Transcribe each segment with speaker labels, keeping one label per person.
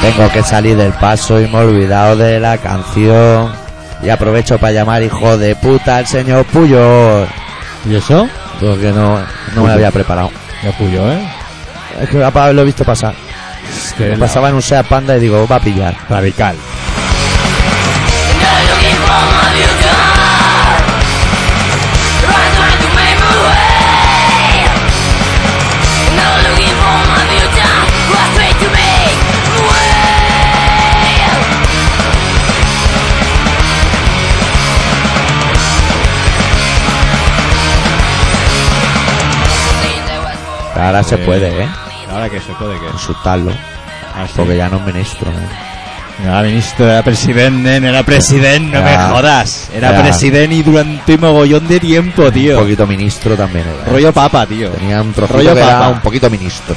Speaker 1: Tengo que salir del paso y me he olvidado de la canción. Y aprovecho para llamar hijo de puta al señor Puyol.
Speaker 2: ¿Y eso? pues.
Speaker 1: Porque no, no me había preparado.
Speaker 2: Ya Puyo, ¿eh?
Speaker 1: Es que para haberlo visto pasar.
Speaker 2: Es
Speaker 1: Me pasaba en un Seat Panda y digo, va a pillar.
Speaker 2: radical.
Speaker 1: Ahora se puede, ¿eh?
Speaker 2: Ahora que se puede que.
Speaker 1: Insultarlo.
Speaker 2: Ah, sí.
Speaker 1: Porque ya no es ministro. ¿eh?
Speaker 2: Era ministro, era presidente, no era presidente,
Speaker 1: Ya.
Speaker 2: no me jodas. Era
Speaker 1: Ya.
Speaker 2: presidente y durante un mogollón de tiempo,
Speaker 1: Un
Speaker 2: tío.
Speaker 1: poquito ministro también era. ¿eh?
Speaker 2: Rollo papa, tío.
Speaker 1: Tenía un trocito
Speaker 2: Rollo
Speaker 1: que era
Speaker 2: papa.
Speaker 1: un poquito ministro.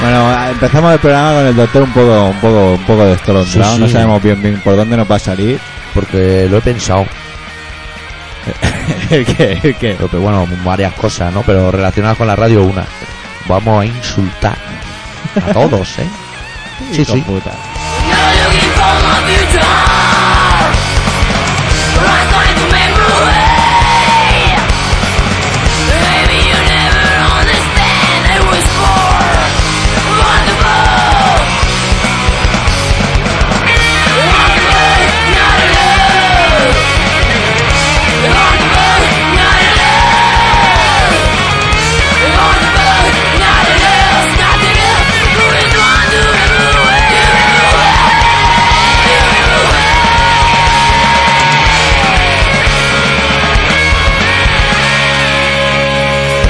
Speaker 2: Bueno, empezamos el programa con el doctor un poco, un poco, un poco descolondrado.
Speaker 1: Sí, sí.
Speaker 2: No sabemos bien, bien por dónde nos va a salir.
Speaker 1: Porque lo he pensado.
Speaker 2: el que, el que.
Speaker 1: Pero, pero bueno, varias cosas, ¿no? Pero relacionadas con la radio, una. Vamos a insultar a todos, ¿eh? Sí,
Speaker 2: hijo
Speaker 1: sí.
Speaker 2: puta.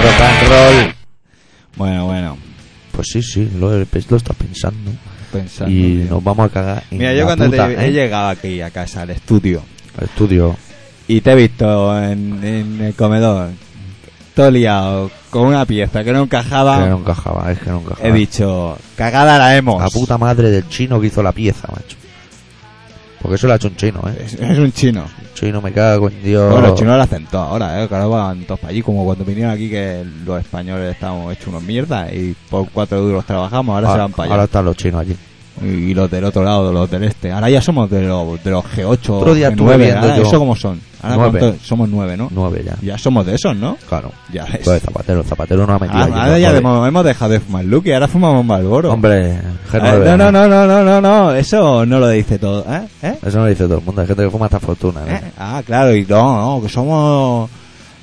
Speaker 1: Rock and roll.
Speaker 2: Bueno, bueno.
Speaker 1: Pues sí, sí, lo, lo estás pensando.
Speaker 2: Pensando.
Speaker 1: Y
Speaker 2: tío.
Speaker 1: nos vamos a cagar. en
Speaker 2: Mira,
Speaker 1: la
Speaker 2: yo cuando
Speaker 1: puta,
Speaker 2: te- he
Speaker 1: ¿eh?
Speaker 2: llegado aquí a casa, al estudio,
Speaker 1: Al estudio.
Speaker 2: y te he visto en, en el comedor, todo liado, con una pieza que no encajaba,
Speaker 1: Que no encajaba, es que no encajaba.
Speaker 2: Ah. he dicho, cagada la hemos.
Speaker 1: La puta madre del chino que hizo la pieza, macho. Porque eso lo ha hecho un chino, ¿eh?
Speaker 2: Es, es un chino.
Speaker 1: Chino me cago en Dios.
Speaker 2: Bueno, los chinos lo hacen todo ahora, ¿eh? que ahora van todos para allí, como cuando vinieron aquí que los españoles estábamos hechos unos mierdas y por cuatro duros trabajamos, ahora, se van para
Speaker 1: Ah, Ahora
Speaker 2: allá.
Speaker 1: están los chinos allí.
Speaker 2: Y, y los del otro lado, los del este. Ahora ya somos de, los de los G8,
Speaker 1: Otro día estuve
Speaker 2: G9,
Speaker 1: viendo
Speaker 2: ahora
Speaker 1: yo-
Speaker 2: ¿eso cómo son? Ahora
Speaker 1: Nueve.
Speaker 2: cuántos- somos nueve, ¿no?
Speaker 1: Nueve ya.
Speaker 2: Ya somos de esos, ¿no?
Speaker 1: Claro.
Speaker 2: Ya ves.
Speaker 1: Pues Zapatero, Zapatero no ha metido
Speaker 2: Ah,
Speaker 1: allí,
Speaker 2: ahora
Speaker 1: no
Speaker 2: ya
Speaker 1: jode.
Speaker 2: hemos, hemos dejado de fumar Luke y ahora fumamos Malboro.
Speaker 1: Hombre, G9,
Speaker 2: no, no, no, no, no, no, no, eso no lo dice todo, ¿eh? ¿Eh?
Speaker 1: Eso no lo dice todo el mundo. Hay gente que fuma hasta fortuna. ¿eh?
Speaker 2: ¿Eh? Ah, claro, y no, no, que somos...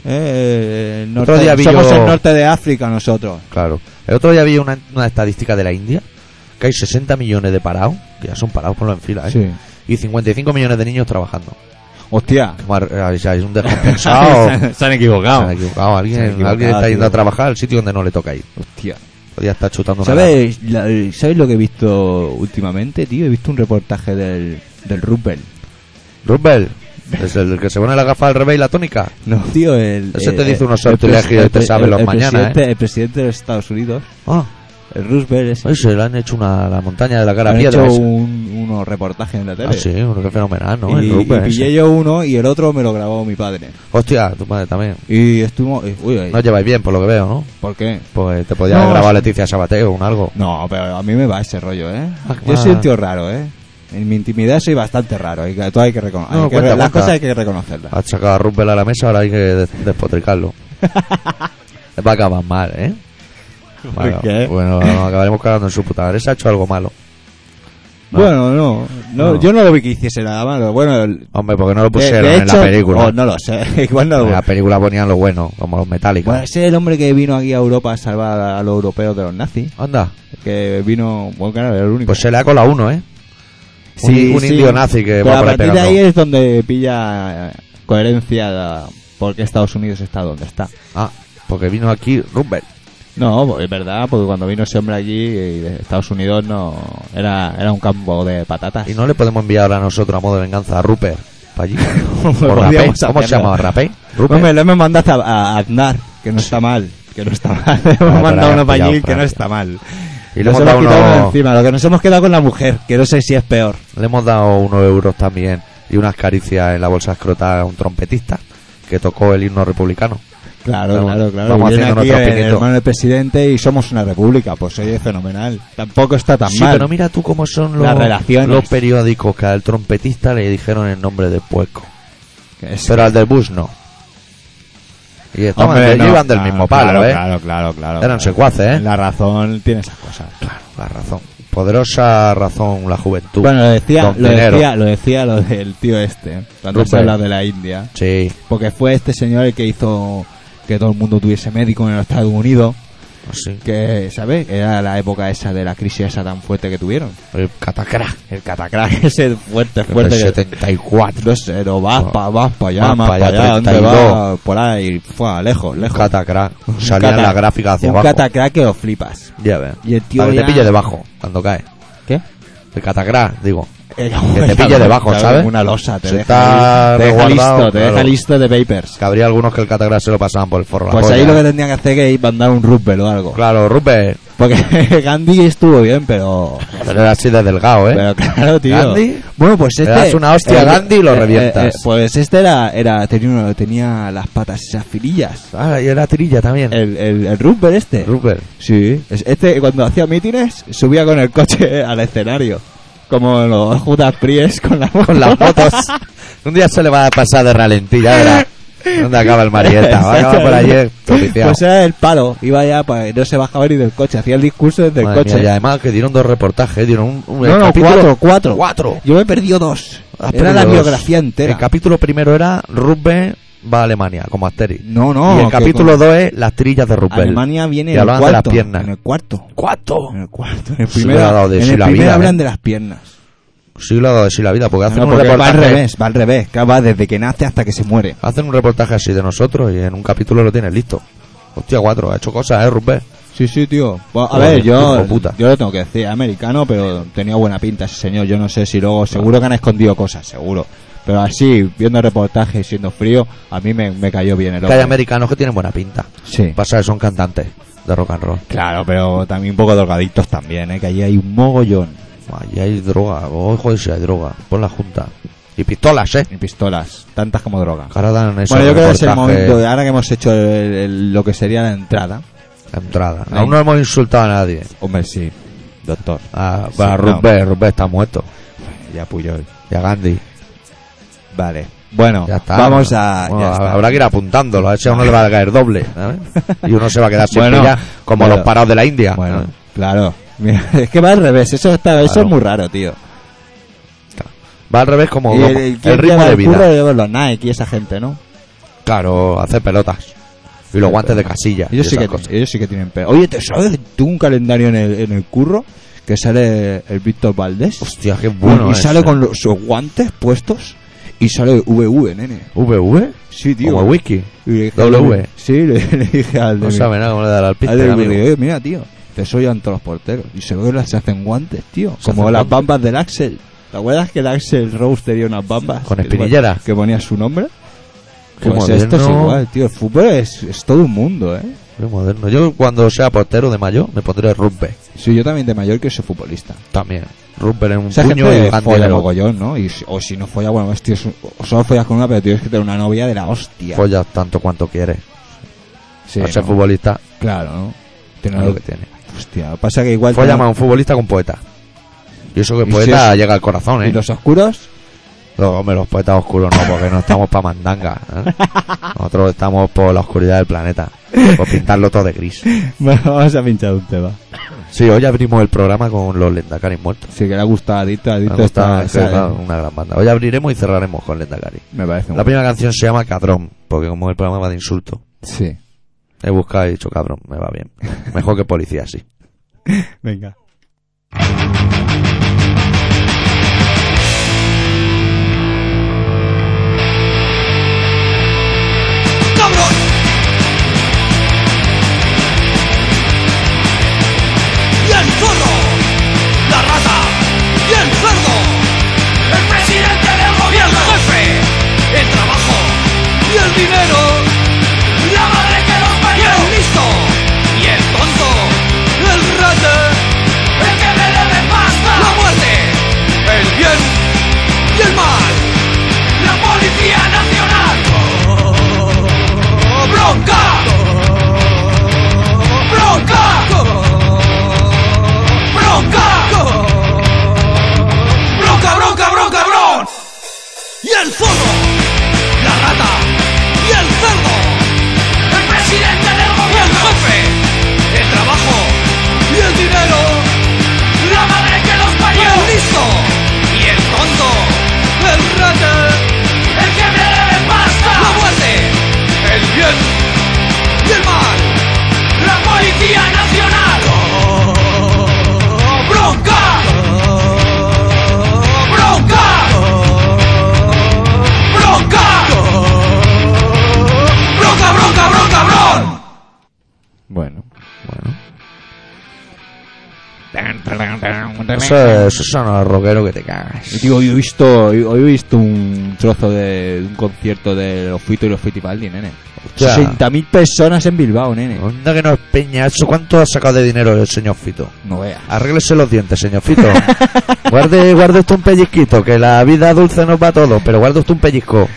Speaker 2: Eh, el
Speaker 1: Otro
Speaker 2: norte-
Speaker 1: día vi
Speaker 2: somos
Speaker 1: yo-
Speaker 2: el norte de África nosotros.
Speaker 1: Claro. El otro día vi una, una estadística de la India que hay 60 millones de parados, que ya son parados por en fila, ¿eh? y 55 millones de niños trabajando.
Speaker 2: Hostia.
Speaker 1: Como a- o sea, es un descompensado. Se
Speaker 2: Ah. Se han
Speaker 1: han
Speaker 2: equivocado.
Speaker 1: equivocado. Alguien,
Speaker 2: Se han equivocado,
Speaker 1: alguien está yendo
Speaker 2: tío.
Speaker 1: a trabajar al sitio donde no le toca ir.
Speaker 2: Hostia.
Speaker 1: Podría estar chutando una lata.
Speaker 2: ¿Sabes, la- ¿Sabes lo que he visto últimamente, tío? He visto un reportaje del, del Rubel.
Speaker 1: Rubel, es el que se pone la gafa al revés y la tónica.
Speaker 2: No, tío, el... eh,
Speaker 1: Ese te
Speaker 2: el-
Speaker 1: dice unos
Speaker 2: el pres-
Speaker 1: sortilegios y te
Speaker 2: el-
Speaker 1: sabe
Speaker 2: el-
Speaker 1: los ¿eh?
Speaker 2: el
Speaker 1: mañana,
Speaker 2: presidente- El presidente de los Estados Unidos,
Speaker 1: Ah,
Speaker 2: el Roosevelt, ese.
Speaker 1: ahí se le han hecho una, la montaña de la cara
Speaker 2: Han
Speaker 1: a piedra.
Speaker 2: hecho
Speaker 1: esa.
Speaker 2: un, unos reportajes en la tele.
Speaker 1: Ah, sí, que fenomenal, ¿no?
Speaker 2: y,
Speaker 1: El
Speaker 2: y
Speaker 1: Rubel.
Speaker 2: pillé
Speaker 1: ese.
Speaker 2: yo uno y el otro me lo grabó mi padre.
Speaker 1: Hostia, tu madre también.
Speaker 2: Y estuvimos... y- Uy,
Speaker 1: No lleváis bien, por lo que veo, ¿no?
Speaker 2: ¿por qué?
Speaker 1: Pues te podía
Speaker 2: No,
Speaker 1: haber grabado
Speaker 2: sí.
Speaker 1: Leticia Sabateo o un algo.
Speaker 2: No, pero a mí me va ese rollo, ¿eh?
Speaker 1: Ah,
Speaker 2: Yo
Speaker 1: va.
Speaker 2: soy un tío raro, ¿eh? En mi intimidad soy bastante raro. Y que- todo hay que reconocer.
Speaker 1: No, cuenta,
Speaker 2: las
Speaker 1: cuenta.
Speaker 2: cosas hay que reconocerlas.
Speaker 1: Ha sacado a Rubel a la mesa, ahora hay que des- despotricarlo. Va a acabar mal, ¿eh?
Speaker 2: ¿Por qué?
Speaker 1: Bueno, nos acabaremos cagando en su puta madre. Se ha hecho algo malo. no.
Speaker 2: Bueno, no, no,
Speaker 1: No.
Speaker 2: Yo no lo vi que hiciese nada malo. Bueno, el-
Speaker 1: Hombre, porque no lo
Speaker 2: de- de
Speaker 1: pusieron en
Speaker 2: hecho-
Speaker 1: la película.
Speaker 2: oh, no lo sé. Igual no lo
Speaker 1: En la película ponían lo bueno, como los metálicos.
Speaker 2: Bueno, ese es el hombre que vino aquí a Europa a salvar a los europeos de los nazis.
Speaker 1: Anda,
Speaker 2: Que vino, bueno, claro, era el único.
Speaker 1: pues se le ha colado uno, ¿eh? un- un indio nazi que
Speaker 2: Pero
Speaker 1: va
Speaker 2: a
Speaker 1: por ahí
Speaker 2: partir de ahí
Speaker 1: pegando.
Speaker 2: es donde pilla eh, coherencia la- por qué Estados Unidos está donde está.
Speaker 1: Ah, porque vino aquí Rubel.
Speaker 2: No, pues es verdad, porque cuando vino ese hombre allí, eh, de Estados Unidos no era, era un campo de patatas.
Speaker 1: Y no le podemos enviar ahora nosotros a modo de venganza a Rupert. Para allí.
Speaker 2: Hombre,
Speaker 1: O Rapé.
Speaker 2: podríamos
Speaker 1: ¿Cómo se
Speaker 2: hacerlo.
Speaker 1: llama? ¿Rapé?
Speaker 2: No
Speaker 1: ¿Rupert?
Speaker 2: me, no me mandaste a, a Aznar, que no está mal. Que no está mal. Hemos
Speaker 1: pero
Speaker 2: mandado
Speaker 1: hayas
Speaker 2: uno para
Speaker 1: pillado
Speaker 2: allí que no
Speaker 1: Francia.
Speaker 2: está mal.
Speaker 1: Y le
Speaker 2: Nos
Speaker 1: hemos,
Speaker 2: hemos
Speaker 1: dado
Speaker 2: quitado
Speaker 1: unos-
Speaker 2: uno encima. Lo que nos hemos quedado con la mujer, que no sé si es peor.
Speaker 1: le hemos dado unos euros también y unas caricias en la bolsa escrotal a un trompetista que tocó el himno republicano.
Speaker 2: Claro,
Speaker 1: Vamos-
Speaker 2: claro, claro.
Speaker 1: vamos
Speaker 2: Viene
Speaker 1: haciendo
Speaker 2: aquí
Speaker 1: nuestro
Speaker 2: el
Speaker 1: piquito.
Speaker 2: hermano del presidente y somos una república. Pues oye, fenomenal. Tampoco está tan
Speaker 1: sí,
Speaker 2: mal.
Speaker 1: pero mira tú cómo son
Speaker 2: Las
Speaker 1: los,
Speaker 2: relaciones.
Speaker 1: los periódicos que al trompetista le dijeron el nombre de Pueco.
Speaker 2: Que es-
Speaker 1: Pero al del Bush no. Y estaban
Speaker 2: Hombre,
Speaker 1: del-
Speaker 2: no,
Speaker 1: iban del
Speaker 2: claro,
Speaker 1: mismo palo,
Speaker 2: claro,
Speaker 1: ¿eh?
Speaker 2: Claro, claro, claro.
Speaker 1: Eran
Speaker 2: claro.
Speaker 1: secuaces, ¿eh?
Speaker 2: La razón tiene esas cosas.
Speaker 1: Claro, la razón. Poderosa razón la juventud.
Speaker 2: Bueno, lo decía,
Speaker 1: Don
Speaker 2: lo
Speaker 1: Dinero.
Speaker 2: decía, lo decía lo del tío este, cuando se
Speaker 1: Rupert.
Speaker 2: habla de la India.
Speaker 1: Sí,
Speaker 2: Porque fue este señor el que hizo que todo el mundo tuviese médico en los Estados Unidos,
Speaker 1: así.
Speaker 2: que, ¿sabes? Era la época esa de la crisis esa tan fuerte que tuvieron.
Speaker 1: El catacrá.
Speaker 2: El catacrack ese fuerte,
Speaker 1: El
Speaker 2: fuerte. que-
Speaker 1: 74.
Speaker 2: No sé, no, vas
Speaker 1: No.
Speaker 2: para vas pa allá,
Speaker 1: Vas
Speaker 2: más
Speaker 1: pa
Speaker 2: para
Speaker 1: allá,
Speaker 2: allá, ¿dónde
Speaker 1: 32?
Speaker 2: vas? Por ahí, fua, lejos,
Speaker 1: Un
Speaker 2: lejos.
Speaker 1: catacrá. Salían
Speaker 2: cata-
Speaker 1: las gráficas hacia
Speaker 2: un
Speaker 1: abajo.
Speaker 2: catacrack que lo flipas.
Speaker 1: Ya ves.
Speaker 2: Y el tío
Speaker 1: Para que
Speaker 2: ya-
Speaker 1: te pille debajo cuando cae.
Speaker 2: ¿Qué?
Speaker 1: El catacrá, digo.
Speaker 2: Que
Speaker 1: te pille debajo, ¿sabes?
Speaker 2: Una losa, te
Speaker 1: Se
Speaker 2: deja,
Speaker 1: está
Speaker 2: te deja
Speaker 1: resguardado,
Speaker 2: listo, te deja
Speaker 1: claro.
Speaker 2: listo de papers.
Speaker 1: Que habría algunos que el catacrá se lo pasaban por el forro. la
Speaker 2: Pues ahí
Speaker 1: polla.
Speaker 2: lo que tendrían que hacer es mandar un rubel o algo.
Speaker 1: Claro, Rupert.
Speaker 2: Porque Gandhi estuvo bien, pero...
Speaker 1: Pero era así de delgado, ¿eh?
Speaker 2: Pero claro, tío.
Speaker 1: Gandhi,
Speaker 2: Bueno, pues
Speaker 1: le
Speaker 2: este... eh,
Speaker 1: das una hostia a Gandhi y lo revientas.
Speaker 2: pues este era... era tenía, una- tenía las patas esas filillas.
Speaker 1: Ah, y era tirilla también.
Speaker 2: El, el, el Rupert este.
Speaker 1: Rupert.
Speaker 2: Sí. Es- Este, cuando hacía mítines, subía con el coche al escenario. Como los Judas Priest con la...
Speaker 1: Con las fotos. Un día se le va a pasar de ralentí, ya verás. ¿Dónde acaba el Marieta? Va a acabar por ayer. tropiciado.
Speaker 2: Pues era el palo, iba ya para no se bajaba ni del coche, hacía el discurso desde
Speaker 1: Madre
Speaker 2: el coche.
Speaker 1: mía, y además que dieron dos reportajes, dieron un, un-
Speaker 2: no,
Speaker 1: el
Speaker 2: no,
Speaker 1: capítulo-
Speaker 2: cuatro, cuatro,
Speaker 1: Cuatro.
Speaker 2: Yo me he perdido dos.
Speaker 1: Ah,
Speaker 2: era
Speaker 1: pero
Speaker 2: la
Speaker 1: los-
Speaker 2: biografía entera.
Speaker 1: El capítulo primero era Rubén va a Alemania, como Asterix.
Speaker 2: no, no.
Speaker 1: y el
Speaker 2: que
Speaker 1: capítulo dos es las trillas de
Speaker 2: con-
Speaker 1: Rubén.
Speaker 2: Alemania viene
Speaker 1: Y
Speaker 2: en el
Speaker 1: hablaban de las
Speaker 2: cuarto.
Speaker 1: piernas.
Speaker 2: en el cuarto.
Speaker 1: ¡Cuatro!
Speaker 2: En el cuarto. En el
Speaker 1: Se
Speaker 2: primero,
Speaker 1: le ha dado de
Speaker 2: en
Speaker 1: sí
Speaker 2: el
Speaker 1: la
Speaker 2: primero
Speaker 1: vida,
Speaker 2: hablan
Speaker 1: ¿eh?
Speaker 2: de las piernas.
Speaker 1: Sí, lo ha dado de sí la vida, porque hacen
Speaker 2: No,
Speaker 1: un
Speaker 2: porque va al
Speaker 1: reportaje.
Speaker 2: revés, va al revés. que va desde que nace hasta que se muere.
Speaker 1: Hacen un reportaje así de nosotros y en un capítulo lo tienes listo. Hostia, cuatro, ha hecho cosas, ¿eh, Rubén?
Speaker 2: Sí, sí, tío. Bueno, a
Speaker 1: Joder,
Speaker 2: ver,
Speaker 1: hijo
Speaker 2: yo,
Speaker 1: de puta.
Speaker 2: yo lo tengo que decir, americano, pero tenía buena pinta ese señor. Yo no sé si luego, seguro que han escondido cosas, seguro. Pero así, viendo reportajes, siendo frío, a mí me, me cayó bien el
Speaker 1: Que hay
Speaker 2: hombre.
Speaker 1: americanos que tienen buena pinta.
Speaker 2: Sí.
Speaker 1: Pasa que son cantantes de rock and roll.
Speaker 2: Claro, pero también un poco drogadictos también, ¿eh? que allí hay un mogollón.
Speaker 1: Ahí hay droga, oh, joder, si hay droga. Pon la junta. Y pistolas, ¿eh?
Speaker 2: Y pistolas, tantas como droga.
Speaker 1: Que Ahora dan esos
Speaker 2: Bueno, yo creo que es el
Speaker 1: reportajes
Speaker 2: momento, de, ahora que hemos hecho el- el- lo que sería la entrada.
Speaker 1: de entrada.
Speaker 2: Ahí.
Speaker 1: Aún no hemos insultado a nadie.
Speaker 2: Hombre, sí, doctor,
Speaker 1: Ah,
Speaker 2: Sí,
Speaker 1: va,
Speaker 2: no.
Speaker 1: Rubén, Rubén está muerto.
Speaker 2: ya Puyol.
Speaker 1: Y a Gandhi.
Speaker 2: Vale, bueno,
Speaker 1: Ya está.
Speaker 2: vamos a...
Speaker 1: Bueno,
Speaker 2: Ah, ya está.
Speaker 1: Habrá que ir apuntándolo. A ver si a uno le va a caer doble. ¿sabes? Y uno se va a quedar sin
Speaker 2: Bueno,
Speaker 1: pillar, como
Speaker 2: bueno.
Speaker 1: los parados de la India.
Speaker 2: Bueno,
Speaker 1: ¿sabes?
Speaker 2: claro. Mira, es que va al revés, eso está, eso
Speaker 1: Claro.
Speaker 2: es muy raro, tío.
Speaker 1: Va al revés como
Speaker 2: Y
Speaker 1: como el,
Speaker 2: ¿quién
Speaker 1: ritmo
Speaker 2: lleva
Speaker 1: de
Speaker 2: el
Speaker 1: vida.
Speaker 2: curro? Lleva los Nike y esa gente, ¿no?
Speaker 1: Claro, hacer pelotas. Y los guantes de casilla. y
Speaker 2: Ellos sí,
Speaker 1: esas
Speaker 2: que,
Speaker 1: cosas.
Speaker 2: ellos sí que tienen pe- Oye, ¿te sabes tú un calendario en el, en el curro que sale el Víctor Valdés?
Speaker 1: Hostia, qué bueno.
Speaker 2: y
Speaker 1: es,
Speaker 2: sale
Speaker 1: eh.
Speaker 2: con los, sus guantes puestos y sale VV, nene.
Speaker 1: ¿VV?
Speaker 2: Sí, tío.
Speaker 1: Como el whisky.
Speaker 2: Y le dije,
Speaker 1: W.
Speaker 2: Sí, le, le dije al de
Speaker 1: No
Speaker 2: mi-
Speaker 1: sabe nada cómo le dará al
Speaker 2: al de
Speaker 1: piste.
Speaker 2: mi-
Speaker 1: amigo.
Speaker 2: le dije, "Oye, mira, tío, te soy todos los porteros. Y se ve que las- se hacen guantes, tío.
Speaker 1: Se
Speaker 2: Como
Speaker 1: hacen
Speaker 2: las
Speaker 1: guantes.
Speaker 2: bambas del Axel. ¿Te acuerdas que el Axel Rose tenía unas bambas?
Speaker 1: Con
Speaker 2: Que-
Speaker 1: espinillera.
Speaker 2: Que ponía su nombre.
Speaker 1: Qué
Speaker 2: Pues esto es
Speaker 1: moderno.
Speaker 2: igual, tío. El fútbol es, es todo un mundo, ¿eh?
Speaker 1: Qué moderno. Yo cuando sea portero de mayo me pondré rumpe.
Speaker 2: Sí, yo también de mayor que soy futbolista.
Speaker 1: También. Rumpe en un
Speaker 2: Esa
Speaker 1: puño y
Speaker 2: gente
Speaker 1: Gandhi en
Speaker 2: folla
Speaker 1: el otro.
Speaker 2: mogollón, ¿no? Y, si- o si no folla, bueno, hostia, es un- o solo follas con una, pero tienes que tener una novia de la hostia.
Speaker 1: Follas tanto cuanto quieres.
Speaker 2: Sí,
Speaker 1: Para ser
Speaker 2: ¿no?
Speaker 1: futbolista
Speaker 2: Claro, ¿no? Tener
Speaker 1: es lo que tiene.
Speaker 2: Hostia, pasa que igual...
Speaker 1: Folla
Speaker 2: te-
Speaker 1: más un futbolista con poeta. Y eso que
Speaker 2: Y
Speaker 1: poeta
Speaker 2: si es-
Speaker 1: llega al corazón, ¿eh?
Speaker 2: ¿Y los oscuros?
Speaker 1: No, hombre, los poetas oscuros no, porque no estamos para mandanga. ¿eh? Nosotros estamos por la oscuridad del planeta. Por pintarlo todo de gris.
Speaker 2: Bueno, vamos a pinchar un tema.
Speaker 1: Sí, hoy abrimos el programa con los Lendacaris muertos.
Speaker 2: Sí, que le ha gustado a Dito, a Dito
Speaker 1: Me gusta,
Speaker 2: está- eh.
Speaker 1: sí,
Speaker 2: está-
Speaker 1: claro, una gran banda. Hoy abriremos y cerraremos con Lendakari.
Speaker 2: Me parece
Speaker 1: La
Speaker 2: muy...
Speaker 1: primera canción se llama Cadrón, porque como el programa va de insulto,
Speaker 2: Sí,
Speaker 1: he buscado y he dicho cabrón, me va bien. Mejor que policía, sí.
Speaker 2: venga.
Speaker 3: cabrón. Y el zorro, la rata y el cerdo, el presidente del gobierno, el jefe, el trabajo y el dinero, la madre que los parió, y el listo y el tonto, el rata el zorro, la rata y el cerdo, el presidente del gobierno, el jefe, el trabajo y el dinero, la madre que los parió, el listo y el tonto, el rata, el que me debe pasta, la muerte, el bien y el mal, la policía nacional. ¡Bronca! ¡Bronca! ¡Bronca! ¡Bronca, bronca, bronca, bron!
Speaker 2: Bueno.
Speaker 1: Bueno. Eso, es- eso suena rockero que te cagas.
Speaker 2: Tío, hoy he visto, hoy hoy he visto un trozo de, de un concierto de los Fito y los Fitipaldi, nene.
Speaker 1: Hostia.
Speaker 2: 60.000 personas en Bilbao, nene.
Speaker 1: Onda que no es peña eso. ¿Cuánto ha sacado de dinero el señor Fito?
Speaker 2: No veas.
Speaker 1: Arréglese los dientes, señor Fito. guarde, guarde usted un pellizquito, que la vida dulce nos va a todos, pero guarde usted un pellizco.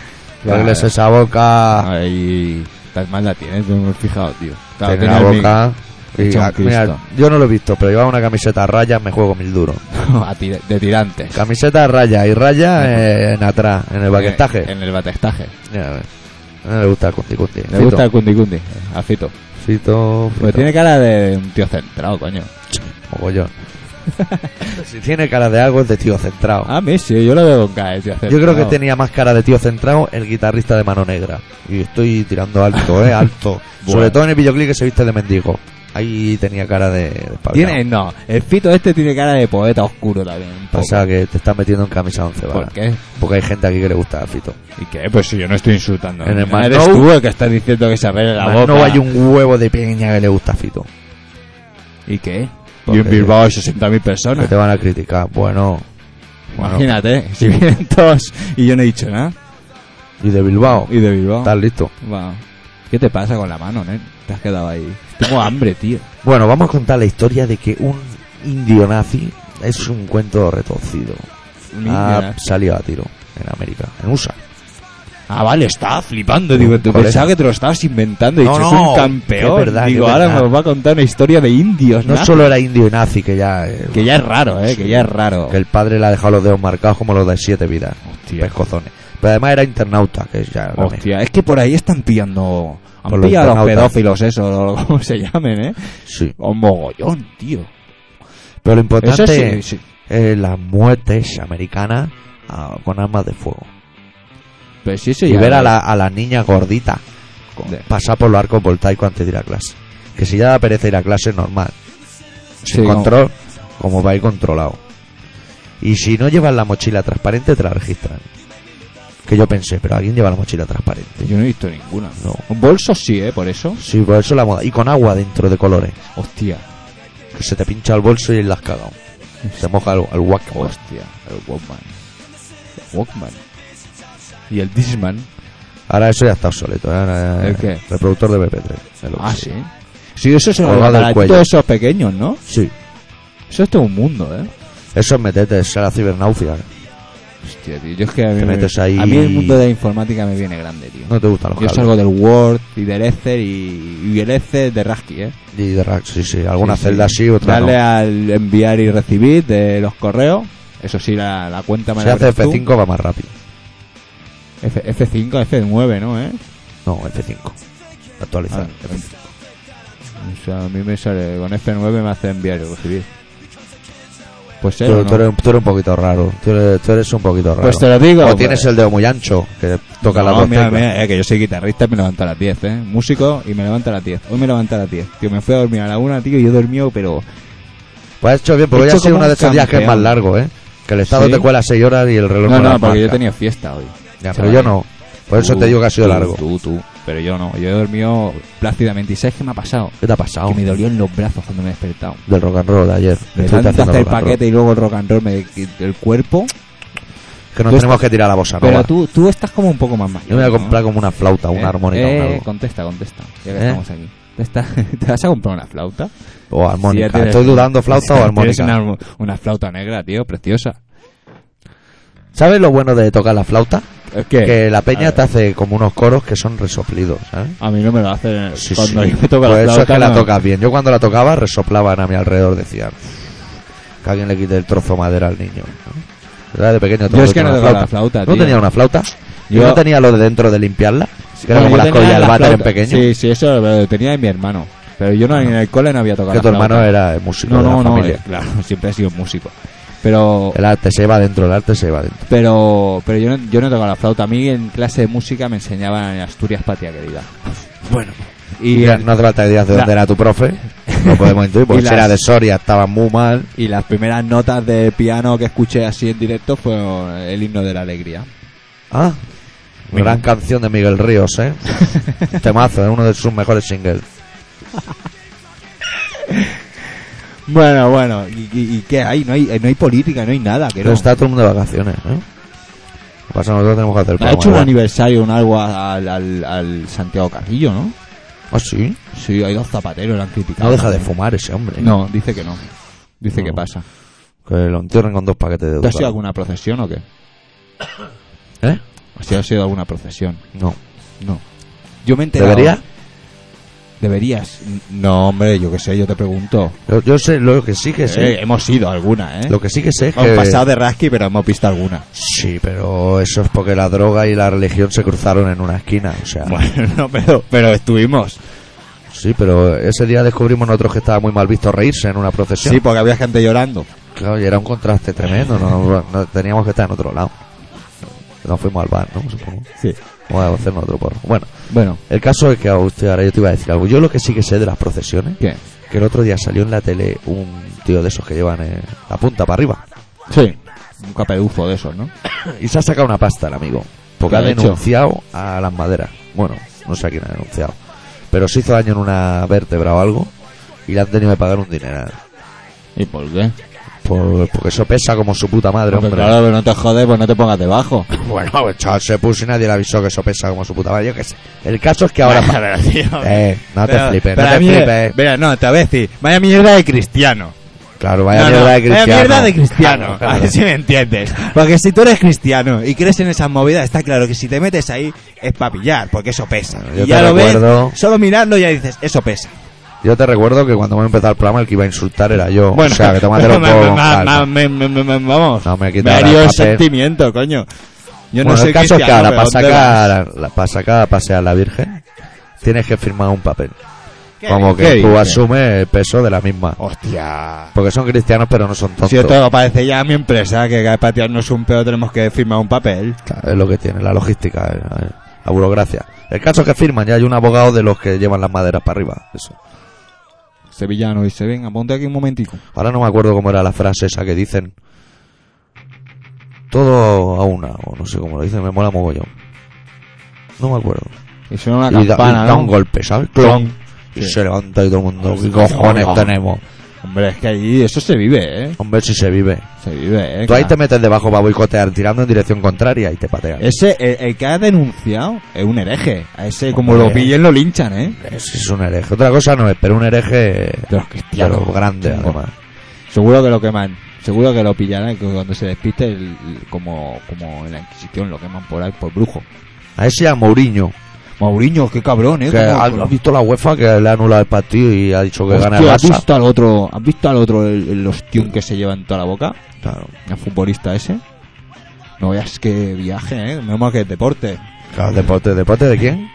Speaker 1: Y Arréglese esa boca,
Speaker 2: Ahí tan mal la tienes, no me he fijado, tío. Claro,
Speaker 1: tiene
Speaker 2: tenía
Speaker 1: la
Speaker 2: el
Speaker 1: boca. y,
Speaker 2: Echa un
Speaker 1: ah, mira,
Speaker 2: Cristo.
Speaker 1: yo no lo he visto, pero llevaba una camiseta a rayas, me juego mil duros.
Speaker 2: micro a tira- de tirantes.
Speaker 1: Camiseta a rayas y rayas eh, en atrás, en el
Speaker 2: En,
Speaker 1: baquetaje.
Speaker 2: el baquetaje.
Speaker 1: Mira, a ver. No le gusta el cuti cuti.
Speaker 2: Le
Speaker 1: Fito,
Speaker 2: gusta el cundi cundi, a Fito.
Speaker 1: Fito,
Speaker 2: Pero
Speaker 1: Fito.
Speaker 2: tiene cara de un tío centrado, coño.
Speaker 1: Mogollón. si tiene cara de algo es de tío centrado.
Speaker 2: A mí sí, yo lo veo con cara de tío centrado.
Speaker 1: Oh. Yo creo que tenía más cara de tío centrado el guitarrista de Mano Negra. Y estoy tirando alto, ¿eh? Alto. Sobre
Speaker 2: Bueno.
Speaker 1: todo en el videoclip que se viste de mendigo. Ahí tenía cara de... de espabilado.
Speaker 2: Tiene, no, el Fito este tiene cara de poeta oscuro también. un poco.
Speaker 1: Pasa que te estás metiendo en camisa once
Speaker 2: ¿Por
Speaker 1: varas.
Speaker 2: qué?
Speaker 1: Porque hay gente aquí que le gusta a Fito.
Speaker 2: ¿Y qué? Pues si yo no estoy insultando.
Speaker 1: En el
Speaker 2: No eres
Speaker 1: Mano-
Speaker 2: tú el que estás diciendo que se abre la
Speaker 1: Más
Speaker 2: boca.
Speaker 1: No hay un huevo de peña que le gusta a Fito.
Speaker 2: ¿Y qué?
Speaker 1: Porque-
Speaker 2: y en Bilbao hay 60.000
Speaker 1: Que
Speaker 2: personas.
Speaker 1: te van a criticar. Bueno... bueno.
Speaker 2: Imagínate, si vienen todos y yo no he dicho nada.
Speaker 1: Y de Bilbao.
Speaker 2: Y de Bilbao.
Speaker 1: Estás listo.
Speaker 2: Wow. ¿Qué te pasa con la mano, nen? Te has quedado ahí. Tengo hambre, tío.
Speaker 1: Bueno, vamos a contar la historia de que un indio nazi es un cuento retorcido.
Speaker 2: Un
Speaker 1: Ha
Speaker 2: indio, ¿no?
Speaker 1: salido a tiro en América, en USA.
Speaker 2: Ah, vale, estaba flipando. Digo, te
Speaker 1: Por
Speaker 2: pensaba
Speaker 1: eso.
Speaker 2: que te lo estabas inventando. He
Speaker 1: No,
Speaker 2: dicho, es
Speaker 1: no,
Speaker 2: un campeón.
Speaker 1: que es verdad,
Speaker 2: Digo,
Speaker 1: que es
Speaker 2: ahora
Speaker 1: verdad.
Speaker 2: nos va a contar una historia de indios,
Speaker 1: No
Speaker 2: ¿no?
Speaker 1: solo era indio y nazi, que ya. eh,
Speaker 2: Que ya es raro, ¿eh? Que ya es raro.
Speaker 1: que el padre le ha dejado los dedos marcados como los de siete vidas.
Speaker 2: Hostia.
Speaker 1: Pescozones. Pero además era internauta, que es ya. lo mismo.
Speaker 2: Hostia, es que por ahí están pillando... Han
Speaker 1: Por los
Speaker 2: pillado a los
Speaker 1: internautas.
Speaker 2: pedófilos, eso, o como se llamen, ¿eh?
Speaker 1: Sí.
Speaker 2: Un mogollón, tío.
Speaker 1: Pero lo
Speaker 2: Eso
Speaker 1: importante
Speaker 2: sí, sí.
Speaker 1: es las muertes americanas ah, con armas de fuego.
Speaker 2: Pero pues sí, sí.
Speaker 1: Y
Speaker 2: ya
Speaker 1: ver a
Speaker 2: lo-
Speaker 1: la, a la niña gordita con-
Speaker 2: De-
Speaker 1: pasar por los arcos voltaicos antes de ir a clase. Que si ya da pereza ir a clase, normal.
Speaker 2: Sí, como-
Speaker 1: control, como va a ir controlado. Y si no llevas la mochila transparente, te la registran. Que yo pensé, pero alguien lleva la mochila transparente.
Speaker 2: Yo no he visto ninguna.
Speaker 1: No.
Speaker 2: Un bolso sí, ¿eh? Por eso.
Speaker 1: Sí, por eso la moda. Y con agua dentro de colores.
Speaker 2: Hostia.
Speaker 1: Que se te pincha el bolso y la has cagado. Se moja el, el Walkman.
Speaker 2: Hostia, el Walkman. El Walkman. Y el Disman.
Speaker 1: Ahora eso ya está obsoleto. ¿eh? Ahora ya-
Speaker 2: ¿El qué?
Speaker 1: Reproductor de BP3. el
Speaker 2: Ah,
Speaker 1: Oxy.
Speaker 2: sí. Sí, eso es
Speaker 1: Colgado del
Speaker 2: un
Speaker 1: cuello.
Speaker 2: todos esos pequeños, ¿no?
Speaker 1: Sí.
Speaker 2: Eso es todo un mundo, ¿eh?
Speaker 1: Eso es meterte, esa es la ¿eh? cibernaucia.
Speaker 2: Hostia, tío. Yo es que a mí,
Speaker 1: Te
Speaker 2: me-
Speaker 1: metes ahí
Speaker 2: a mí el mundo de la informática me viene grande, tío.
Speaker 1: No te gustan los
Speaker 2: Yo
Speaker 1: cables.
Speaker 2: salgo del Word y del Excel y, y el Excel de Rasky, ¿eh?
Speaker 1: Y de rack, sí, sí. Alguna
Speaker 2: Sí, sí.
Speaker 1: celda sí, otra
Speaker 2: Darle
Speaker 1: no.
Speaker 2: al enviar y recibir de los correos. Eso sí, la, la cuenta me
Speaker 1: Si
Speaker 2: la
Speaker 1: hace
Speaker 2: abres tú.
Speaker 1: F5 va más rápido.
Speaker 2: F- F5, F9, ¿no? ¿Eh?
Speaker 1: No, F5. Actualizar.
Speaker 2: Ah, O sea, a mí me sale con F9 me hace enviar y recibir. Pues
Speaker 1: Tú,
Speaker 2: cero,
Speaker 1: tú
Speaker 2: ¿no?
Speaker 1: eres, tú eres un poquito raro. Tú eres, tú eres un poquito raro.
Speaker 2: Pues te lo digo.
Speaker 1: o
Speaker 2: pues.
Speaker 1: tienes el dedo muy ancho, que toca la
Speaker 2: no,
Speaker 1: dos
Speaker 2: mira,
Speaker 1: teclas.
Speaker 2: mira, eh, que yo soy guitarrista y me levanto a las 10, ¿eh? Músico y me levanto a las 10. Hoy me levanto a las 10. Tío, me fui a dormir a la 1, tío, y yo he dormido, pero...
Speaker 1: Pues has hecho bien, porque
Speaker 2: He
Speaker 1: hoy ha
Speaker 2: hecho
Speaker 1: sido
Speaker 2: como
Speaker 1: uno de
Speaker 2: un
Speaker 1: estos días que es más
Speaker 2: campeón.
Speaker 1: largo, ¿eh? Que el estado
Speaker 2: ¿Sí?
Speaker 1: te cuela 6 horas y el reloj
Speaker 2: No,
Speaker 1: la
Speaker 2: no, porque yo
Speaker 1: marca.
Speaker 2: tenía fiesta hoy.
Speaker 1: Ya, pero
Speaker 2: chaval.
Speaker 1: yo no. Por eso
Speaker 2: Tú,
Speaker 1: te digo que ha sido
Speaker 2: tú,
Speaker 1: largo.
Speaker 2: Tú, tú. Pero yo no. Yo he dormido plácidamente. ¿Y sabes qué me ha pasado?
Speaker 1: ¿Qué te ha pasado?
Speaker 2: Que me dolió en los brazos cuando me he despertado.
Speaker 1: Del rock and roll de ayer.
Speaker 2: De
Speaker 1: Estuviste
Speaker 2: tanto
Speaker 1: haciendo
Speaker 2: hacer el
Speaker 1: rock and roll.
Speaker 2: paquete y luego el rock and roll, me, el cuerpo...
Speaker 1: Que nos
Speaker 2: Tú
Speaker 1: tenemos que tirar a la bossa
Speaker 2: Pues Pero
Speaker 1: nova.
Speaker 2: tú, tú estás como un poco más mayor.
Speaker 1: Yo me voy a
Speaker 2: ¿no?
Speaker 1: comprar como una flauta, una
Speaker 2: Eh,
Speaker 1: armónica
Speaker 2: eh,
Speaker 1: o algo.
Speaker 2: Contesta, contesta. Ya que
Speaker 1: ¿Eh?
Speaker 2: estamos aquí. Te, está- ¿Te vas a comprar una flauta?
Speaker 1: O
Speaker 2: Sí,
Speaker 1: armónica.
Speaker 2: ya tienes-
Speaker 1: Estoy dudando flauta o
Speaker 2: Tienes
Speaker 1: armónica.
Speaker 2: Una, armo- una flauta negra, tío, preciosa.
Speaker 1: ¿Sabes lo bueno de tocar la flauta?
Speaker 2: Es que,
Speaker 1: Que la
Speaker 2: A
Speaker 1: peña
Speaker 2: ver.
Speaker 1: te hace como unos coros que son resoplidos, ¿sabes?
Speaker 2: a mí no me lo hacen
Speaker 1: Sí,
Speaker 2: cuando
Speaker 1: sí.
Speaker 2: yo me toca
Speaker 1: Por
Speaker 2: la
Speaker 1: eso
Speaker 2: flauta.
Speaker 1: es que la
Speaker 2: no.
Speaker 1: tocas bien. Yo cuando la tocaba resoplaban a mi alrededor, decían que alguien le quite el trozo de madera al niño. ¿no? Era de pequeño
Speaker 2: Yo es que
Speaker 1: tenía
Speaker 2: no
Speaker 1: una
Speaker 2: tengo la flauta,
Speaker 1: ¿No
Speaker 2: tío.
Speaker 1: tenía una flauta? Yo,
Speaker 2: Yo-
Speaker 1: no tenía lo de dentro de limpiarla. Que era
Speaker 2: Bueno,
Speaker 1: como
Speaker 2: yo
Speaker 1: las
Speaker 2: tenía
Speaker 1: colillas del
Speaker 2: la
Speaker 1: váter en
Speaker 2: flauta.
Speaker 1: pequeño.
Speaker 2: Sí, sí, eso lo tenía en mi hermano. Pero yo no, en el cole no había tocado
Speaker 1: que
Speaker 2: la
Speaker 1: tu
Speaker 2: flauta.
Speaker 1: hermano era el músico
Speaker 2: No,
Speaker 1: de la
Speaker 2: no, no,
Speaker 1: familia.
Speaker 2: eh, claro, siempre he sido músico. Pero
Speaker 1: El arte se va dentro, el arte se va dentro.
Speaker 2: pero pero yo no, yo no tocaba la flauta. A mí en clase de música me enseñaban en Asturias Patria Querida.
Speaker 1: Bueno.
Speaker 2: Y,
Speaker 1: Y ya no hace falta que digas de
Speaker 2: la-
Speaker 1: dónde era tu profe. No podemos intuir, porque
Speaker 2: Y
Speaker 1: si era
Speaker 2: las-
Speaker 1: de Soria estaba muy mal.
Speaker 2: y las primeras notas de piano que escuché así en directo fue el himno de la alegría.
Speaker 1: Ah,
Speaker 2: Mira.
Speaker 1: gran canción de Miguel Ríos, ¿eh? Temazo, es uno de sus mejores singles.
Speaker 2: Bueno, bueno, ¿y, y- y qué hay? No hay, eh, no hay política, no hay nada. Que
Speaker 1: Pero
Speaker 2: no.
Speaker 1: está todo el mundo de vacaciones, ¿eh? Lo que pasa es que nosotros tenemos que hacer el
Speaker 2: Ha
Speaker 1: programa,
Speaker 2: hecho un
Speaker 1: ¿verdad?
Speaker 2: aniversario, un algo al, al- al Santiago Carrillo, ¿no?
Speaker 1: Ah, sí.
Speaker 2: Sí, hay dos zapateros, lo han criticado.
Speaker 1: No deja de fumar ese hombre.
Speaker 2: No, dice que no. Dice
Speaker 1: No.
Speaker 2: que pasa.
Speaker 1: Que lo entierren con dos paquetes de
Speaker 2: ¿Te
Speaker 1: dudas.
Speaker 2: has ido a alguna procesión o qué?
Speaker 1: ¿Eh?
Speaker 2: ¿Has ido- has ido a alguna procesión?
Speaker 1: No.
Speaker 2: No. Yo me he enterado.
Speaker 1: ¿Debería?
Speaker 2: Deberías. N- No, hombre, yo qué sé, yo te pregunto.
Speaker 1: Yo, yo sé, lo que sí que sé.
Speaker 2: Eh, hemos ido a alguna, ¿eh?
Speaker 1: Lo que sí que sé es que.
Speaker 2: Hemos pasado de rasqui, pero hemos visto alguna.
Speaker 1: Sí, pero eso es porque la droga y la religión se cruzaron en una esquina. O sea,
Speaker 2: Bueno, pero, pero estuvimos.
Speaker 1: sí, pero ese día descubrimos nosotros que estaba muy mal visto reírse en una procesión.
Speaker 2: Sí, porque había gente llorando.
Speaker 1: Claro, y era un contraste tremendo. No, no teníamos que estar en otro lado. Nos fuimos al bar, ¿no? Supongo.
Speaker 2: Sí.
Speaker 1: Vamos a hacernos otro porro. Bueno,
Speaker 2: Bueno,
Speaker 1: el caso es que hostia, ahora yo te iba a decir algo. Yo lo que sí que sé de las procesiones,
Speaker 2: ¿qué?
Speaker 1: que el otro día salió en la tele un tío de esos que llevan eh, la punta para arriba.
Speaker 2: Sí. Un capedufo de esos, ¿no?
Speaker 1: Y se ha sacado una pasta el amigo. Porque
Speaker 2: ¿Qué
Speaker 1: ha
Speaker 2: ha hecho?
Speaker 1: denunciado a las maderas. Bueno, no sé a quién ha denunciado. Pero se hizo daño en una vértebra o algo. Y le han tenido que pagar un dineral.
Speaker 2: ¿Y por qué?
Speaker 1: Por- porque eso pesa como su puta madre,
Speaker 2: Porque
Speaker 1: hombre.
Speaker 2: claro, pero no te jodes, pues no te pongas debajo.
Speaker 1: Bueno, pues, chaval, se puso y nadie le avisó que eso pesa como su puta madre. Yo qué sé. El caso es que ahora. pa- eh, no te
Speaker 2: Pero-
Speaker 1: flipes,
Speaker 2: pero
Speaker 1: no
Speaker 2: a
Speaker 1: te
Speaker 2: mí-
Speaker 1: flipes.
Speaker 2: Mira, no, te voy a decir, vaya mierda de cristiano.
Speaker 1: Claro, vaya
Speaker 2: No, no,
Speaker 1: mierda de
Speaker 2: vaya
Speaker 1: cristiano.
Speaker 2: mierda de cristiano.
Speaker 1: Claro,
Speaker 2: A
Speaker 1: claro.
Speaker 2: ver si me entiendes. Porque si tú eres cristiano y crees en esas movidas, está claro que si te metes ahí es para pillar, porque eso pesa.
Speaker 1: Yo
Speaker 2: y ya
Speaker 1: te
Speaker 2: lo
Speaker 1: recuerdo-
Speaker 2: ves, solo mirarlo ya dices, eso pesa.
Speaker 1: Yo te recuerdo que cuando me empezó el programa, el que iba a insultar era yo. o sea, que tómatelo un
Speaker 2: ma-
Speaker 1: poco.
Speaker 2: ma-
Speaker 1: con
Speaker 2: ma-
Speaker 1: calma.
Speaker 2: me- me- me- me- vamos,
Speaker 1: No, me
Speaker 2: me,
Speaker 1: quita ahora
Speaker 2: dio
Speaker 1: el
Speaker 2: el
Speaker 1: papel.
Speaker 2: sentimiento, coño. Yo
Speaker 1: bueno,
Speaker 2: no soy
Speaker 1: el caso es que
Speaker 2: cristiano,
Speaker 1: ahora
Speaker 2: pero
Speaker 1: para
Speaker 2: ¿dónde vas?
Speaker 1: sacar, la, para sacar a pasear a la Virgen tienes que firmar un papel.
Speaker 2: ¿Qué-
Speaker 1: Como
Speaker 2: qué
Speaker 1: que tú
Speaker 2: dices?
Speaker 1: asumes el peso de la misma.
Speaker 2: Hostia.
Speaker 1: Porque son cristianos pero no son tontos.
Speaker 2: Si esto parece ya mi empresa, que para tirarnos un pedo tenemos que firmar un papel.
Speaker 1: Claro, es lo que tiene la logística, eh, eh, la burocracia. El caso es que firman, ya hay un abogado de los que llevan las maderas para arriba. Eso.
Speaker 2: Sevillano dice, venga, ponte aquí un momentico.
Speaker 1: Ahora no me acuerdo cómo era la frase esa que dicen. Todo a una, o no sé cómo lo dicen, me mola mogollón. No me acuerdo.
Speaker 2: Y suena una
Speaker 1: y da,
Speaker 2: campana,
Speaker 1: y da
Speaker 2: ¿no?
Speaker 1: un golpe, ¿sabes?
Speaker 2: Clon.
Speaker 1: Y
Speaker 2: Sí.
Speaker 1: se levanta y todo el mundo, ¿qué cojones
Speaker 2: Clon.
Speaker 1: tenemos?
Speaker 2: Hombre, es que ahí eso se vive, ¿eh?
Speaker 1: Hombre, si se vive.
Speaker 2: Se vive, ¿eh?
Speaker 1: Tú ahí te
Speaker 2: Claro.
Speaker 1: metes debajo para boicotear, tirando en dirección contraria y te patean.
Speaker 2: Ese, el, el que ha denunciado es un hereje. A ese, como
Speaker 1: Hombre.
Speaker 2: lo pillen, lo linchan, ¿eh?
Speaker 1: Es, es un hereje. Otra cosa no es, pero un hereje
Speaker 2: De los
Speaker 1: pero
Speaker 2: cristianos.
Speaker 1: grande,
Speaker 2: Chungo.
Speaker 1: además.
Speaker 2: Seguro que lo queman. Seguro que lo pillarán que cuando se despiste, el- el- como, como en la Inquisición, lo queman por ahí, por brujo.
Speaker 1: A ese y a Mourinho,
Speaker 2: Mauriño, qué cabrón, ¿eh?
Speaker 1: que
Speaker 2: Cómo-
Speaker 1: ha, ha visto la UEFA que le ha anulado el partido y ha dicho que
Speaker 2: Hostia,
Speaker 1: gana el
Speaker 2: ¿has
Speaker 1: Barça.
Speaker 2: visto al otro, ¿has visto al otro el, el ostión que se lleva en toda la boca?
Speaker 1: Claro,
Speaker 2: El futbolista ese. No veas que viaje, ¿eh? Menos mal que es deporte.
Speaker 1: claro, deporte, deporte de quién?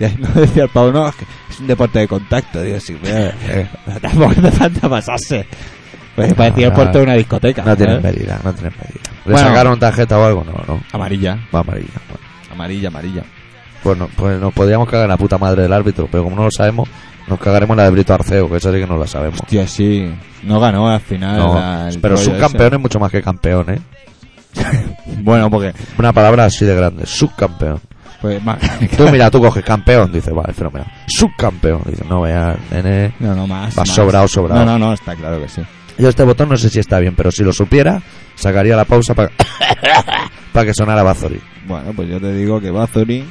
Speaker 2: Y ahí no decía el Pablo, no, es que es un deporte de contacto. Digo, sí, mira,
Speaker 1: Eh,
Speaker 2: pero tampoco te falta pasarse. Pues parecía el
Speaker 1: no,
Speaker 2: puerto de
Speaker 1: no.
Speaker 2: una discoteca.
Speaker 1: no tienen
Speaker 2: ¿eh?
Speaker 1: medida, no tienen medida. ¿Le
Speaker 2: Bueno.
Speaker 1: sacaron tarjeta o algo? No, no.
Speaker 2: Amarilla,
Speaker 1: Va amarilla. Bueno,
Speaker 2: amarilla, amarilla.
Speaker 1: Pues, no- pues nos podríamos cagar en la puta madre del árbitro, pero como no lo sabemos, nos cagaremos en la de Brito Arceo, que esa sí que no la sabemos.
Speaker 2: Hostia, sí. No ganó al final.
Speaker 1: No,
Speaker 2: Ah, la- el
Speaker 1: pero
Speaker 2: rollo
Speaker 1: subcampeón es mucho más que campeón, ¿eh?
Speaker 2: ese. Bueno, porque.
Speaker 1: Una palabra así de grande, subcampeón.
Speaker 2: Pues, más-
Speaker 1: Tú mira, tú coges campeón, dices, vale, fenomenal. Subcampeón, dices, no veas, nene.
Speaker 2: No, no, más.
Speaker 1: Va
Speaker 2: más.
Speaker 1: sobrado, sobrado.
Speaker 2: No, no, no, está claro que sí.
Speaker 1: Yo este botón no sé si está bien, pero si lo supiera, sacaría la pausa para para que sonara Bazori.
Speaker 2: Bueno, pues yo te digo que Bazori.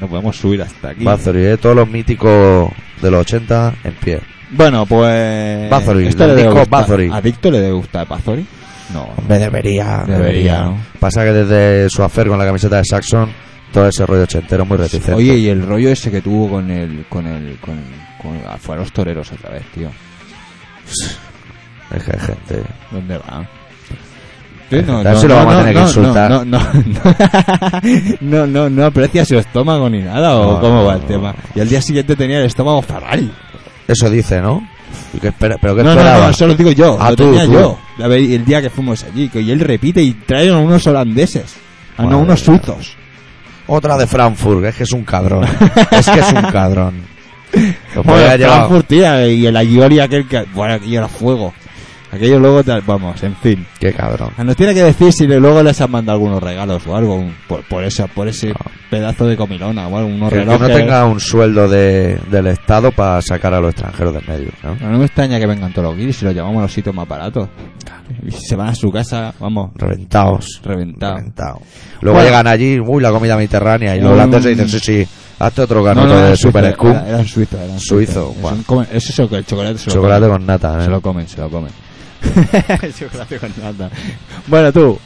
Speaker 2: No podemos subir hasta aquí.
Speaker 1: Bazori, ¿eh? todos los míticos de los 80 en pie.
Speaker 2: Bueno, pues.
Speaker 1: Bazori,
Speaker 2: esto le
Speaker 1: del
Speaker 2: debe
Speaker 1: disco
Speaker 2: gustar.
Speaker 1: Bazori.
Speaker 2: ¿Adicto le debe gustar Bazori? No.
Speaker 1: Me debería,
Speaker 2: Debería, ¿no?
Speaker 1: Pasa que desde su afer con la camiseta de Saxon, todo ese rollo ochentero es muy reticente.
Speaker 2: Oye, y el rollo ese que tuvo con el. Con el con, con, fue a los toreros otra vez, tío.
Speaker 1: Es que hay gente.
Speaker 2: ¿Dónde va? Sí, no,
Speaker 1: Claro,
Speaker 2: no,
Speaker 1: se lo
Speaker 2: no,
Speaker 1: vamos a
Speaker 2: no,
Speaker 1: tener que
Speaker 2: no,
Speaker 1: insultar.
Speaker 2: No, no, no, no, no, no aprecia su estómago ni nada, o
Speaker 1: No,
Speaker 2: cómo
Speaker 1: no,
Speaker 2: va el
Speaker 1: no.
Speaker 2: tema. Y al día siguiente tenía el estómago fatal.
Speaker 1: Eso dice, ¿no? ¿Y qué espera- ¿Pero qué
Speaker 2: No, no,
Speaker 1: esperaba?
Speaker 2: no, eso lo digo yo.
Speaker 1: Ah,
Speaker 2: lo
Speaker 1: tú,
Speaker 2: tenía
Speaker 1: tú.
Speaker 2: yo. La ve- El día que fuimos allí, que- y él repite y traen a unos holandeses. Ah, no,
Speaker 1: Madre
Speaker 2: unos
Speaker 1: mía.
Speaker 2: suizos.
Speaker 1: Otra de Frankfurt, es que es un cadrón. es que es un cadrón. Lo podía
Speaker 2: Bueno,
Speaker 1: Pues haber llevado-
Speaker 2: Frankfurt, tía, y el Agiori aquel que... Bueno, aquello era fuego. Aquello luego... tal- Vamos, en fin.
Speaker 1: Qué cadrón.
Speaker 2: Nos tiene que decir si le- luego les han mandado algunos regalos o algo. un- por, por, esa, por ese
Speaker 1: Ah.
Speaker 2: pedazo de comilona o algo. Unos
Speaker 1: Que, que no
Speaker 2: relojes.
Speaker 1: tenga un sueldo de, del Estado para sacar a los extranjeros del medio, ¿no?
Speaker 2: No, no me extraña que vengan todos los guiris si los llevamos a los sitios más baratos. Y se van a su casa, vamos,
Speaker 1: Reventados.
Speaker 2: reventados.
Speaker 1: Reventados. Luego
Speaker 2: Bueno.
Speaker 1: llegan allí, uy, la comida mediterránea. Y los
Speaker 2: Mm.
Speaker 1: holandeses dicen, sí, sí, hazte otro ganoto de
Speaker 2: eran
Speaker 1: Super
Speaker 2: suizos,
Speaker 1: Scoop.
Speaker 2: era- Eran suizos, eran
Speaker 1: Suizo,
Speaker 2: suizos.
Speaker 1: guau.
Speaker 2: Son como- Eso es lo que el chocolate se lo
Speaker 1: Chocolate
Speaker 2: comen.
Speaker 1: con nata, ¿eh?
Speaker 2: Se lo comen, se lo comen. El chocolate con nata. Bueno, tú,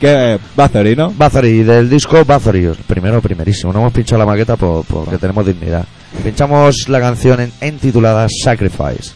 Speaker 2: ¿qué Bazori, no?
Speaker 1: Bathory, del disco Bathory, primero, primerísimo. No hemos pinchado la maqueta por- porque tenemos dignidad. Pinchamos la canción en, entitulada Sacrifice.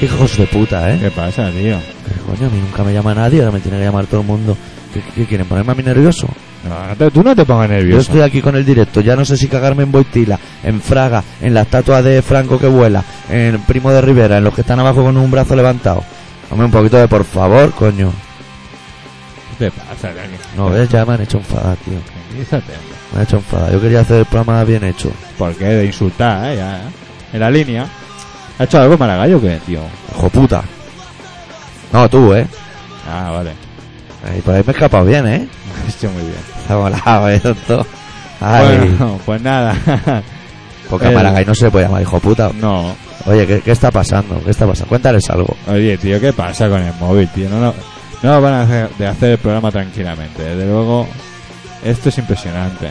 Speaker 1: Hijos de puta, ¿eh?
Speaker 2: ¿Qué pasa, tío?
Speaker 1: Que Coño, a mí nunca me llama nadie, ahora me tiene que llamar todo el mundo. ¿Qué, qué quieren? ¿Ponerme a mí nervioso?
Speaker 2: No, no te- tú no te pongas
Speaker 1: Yo
Speaker 2: nervioso.
Speaker 1: estoy aquí con el directo, ya no sé si cagarme en Boitila, en Fraga, en la estatua de Franco que vuela, en Primo de Rivera, en los que están abajo con un brazo levantado. Hombre, un poquito de por favor, coño.
Speaker 2: ¿Qué te pasa, Dani?
Speaker 1: No, ves, ya me han hecho enfadar, tío.
Speaker 2: Tranquilízate.
Speaker 1: Me han hecho enfadar. Yo quería hacer el programa bien hecho.
Speaker 2: ¿Por qué? De insultar, ¿eh? Ya, ¿eh? En la línea. ¿Ha hecho algo Maragallo que tío?
Speaker 1: Hijo puta. No, tú, eh.
Speaker 2: Ah, vale.
Speaker 1: Ahí, por ahí me he escapado bien, eh.
Speaker 2: Está muy bien.
Speaker 1: Está volado, eh, tonto. Ay,
Speaker 2: Bueno, pues nada.
Speaker 1: porque
Speaker 2: eh.
Speaker 1: a Maragall no se le puede llamar hijo puta.
Speaker 2: no.
Speaker 1: Oye, ¿qué, qué está pasando? ¿Qué está pasando? Cuéntales algo.
Speaker 2: Oye, tío, ¿qué pasa con el móvil, tío? No, no, no nos van a hacer, de hacer el programa tranquilamente. Desde luego, esto es impresionante.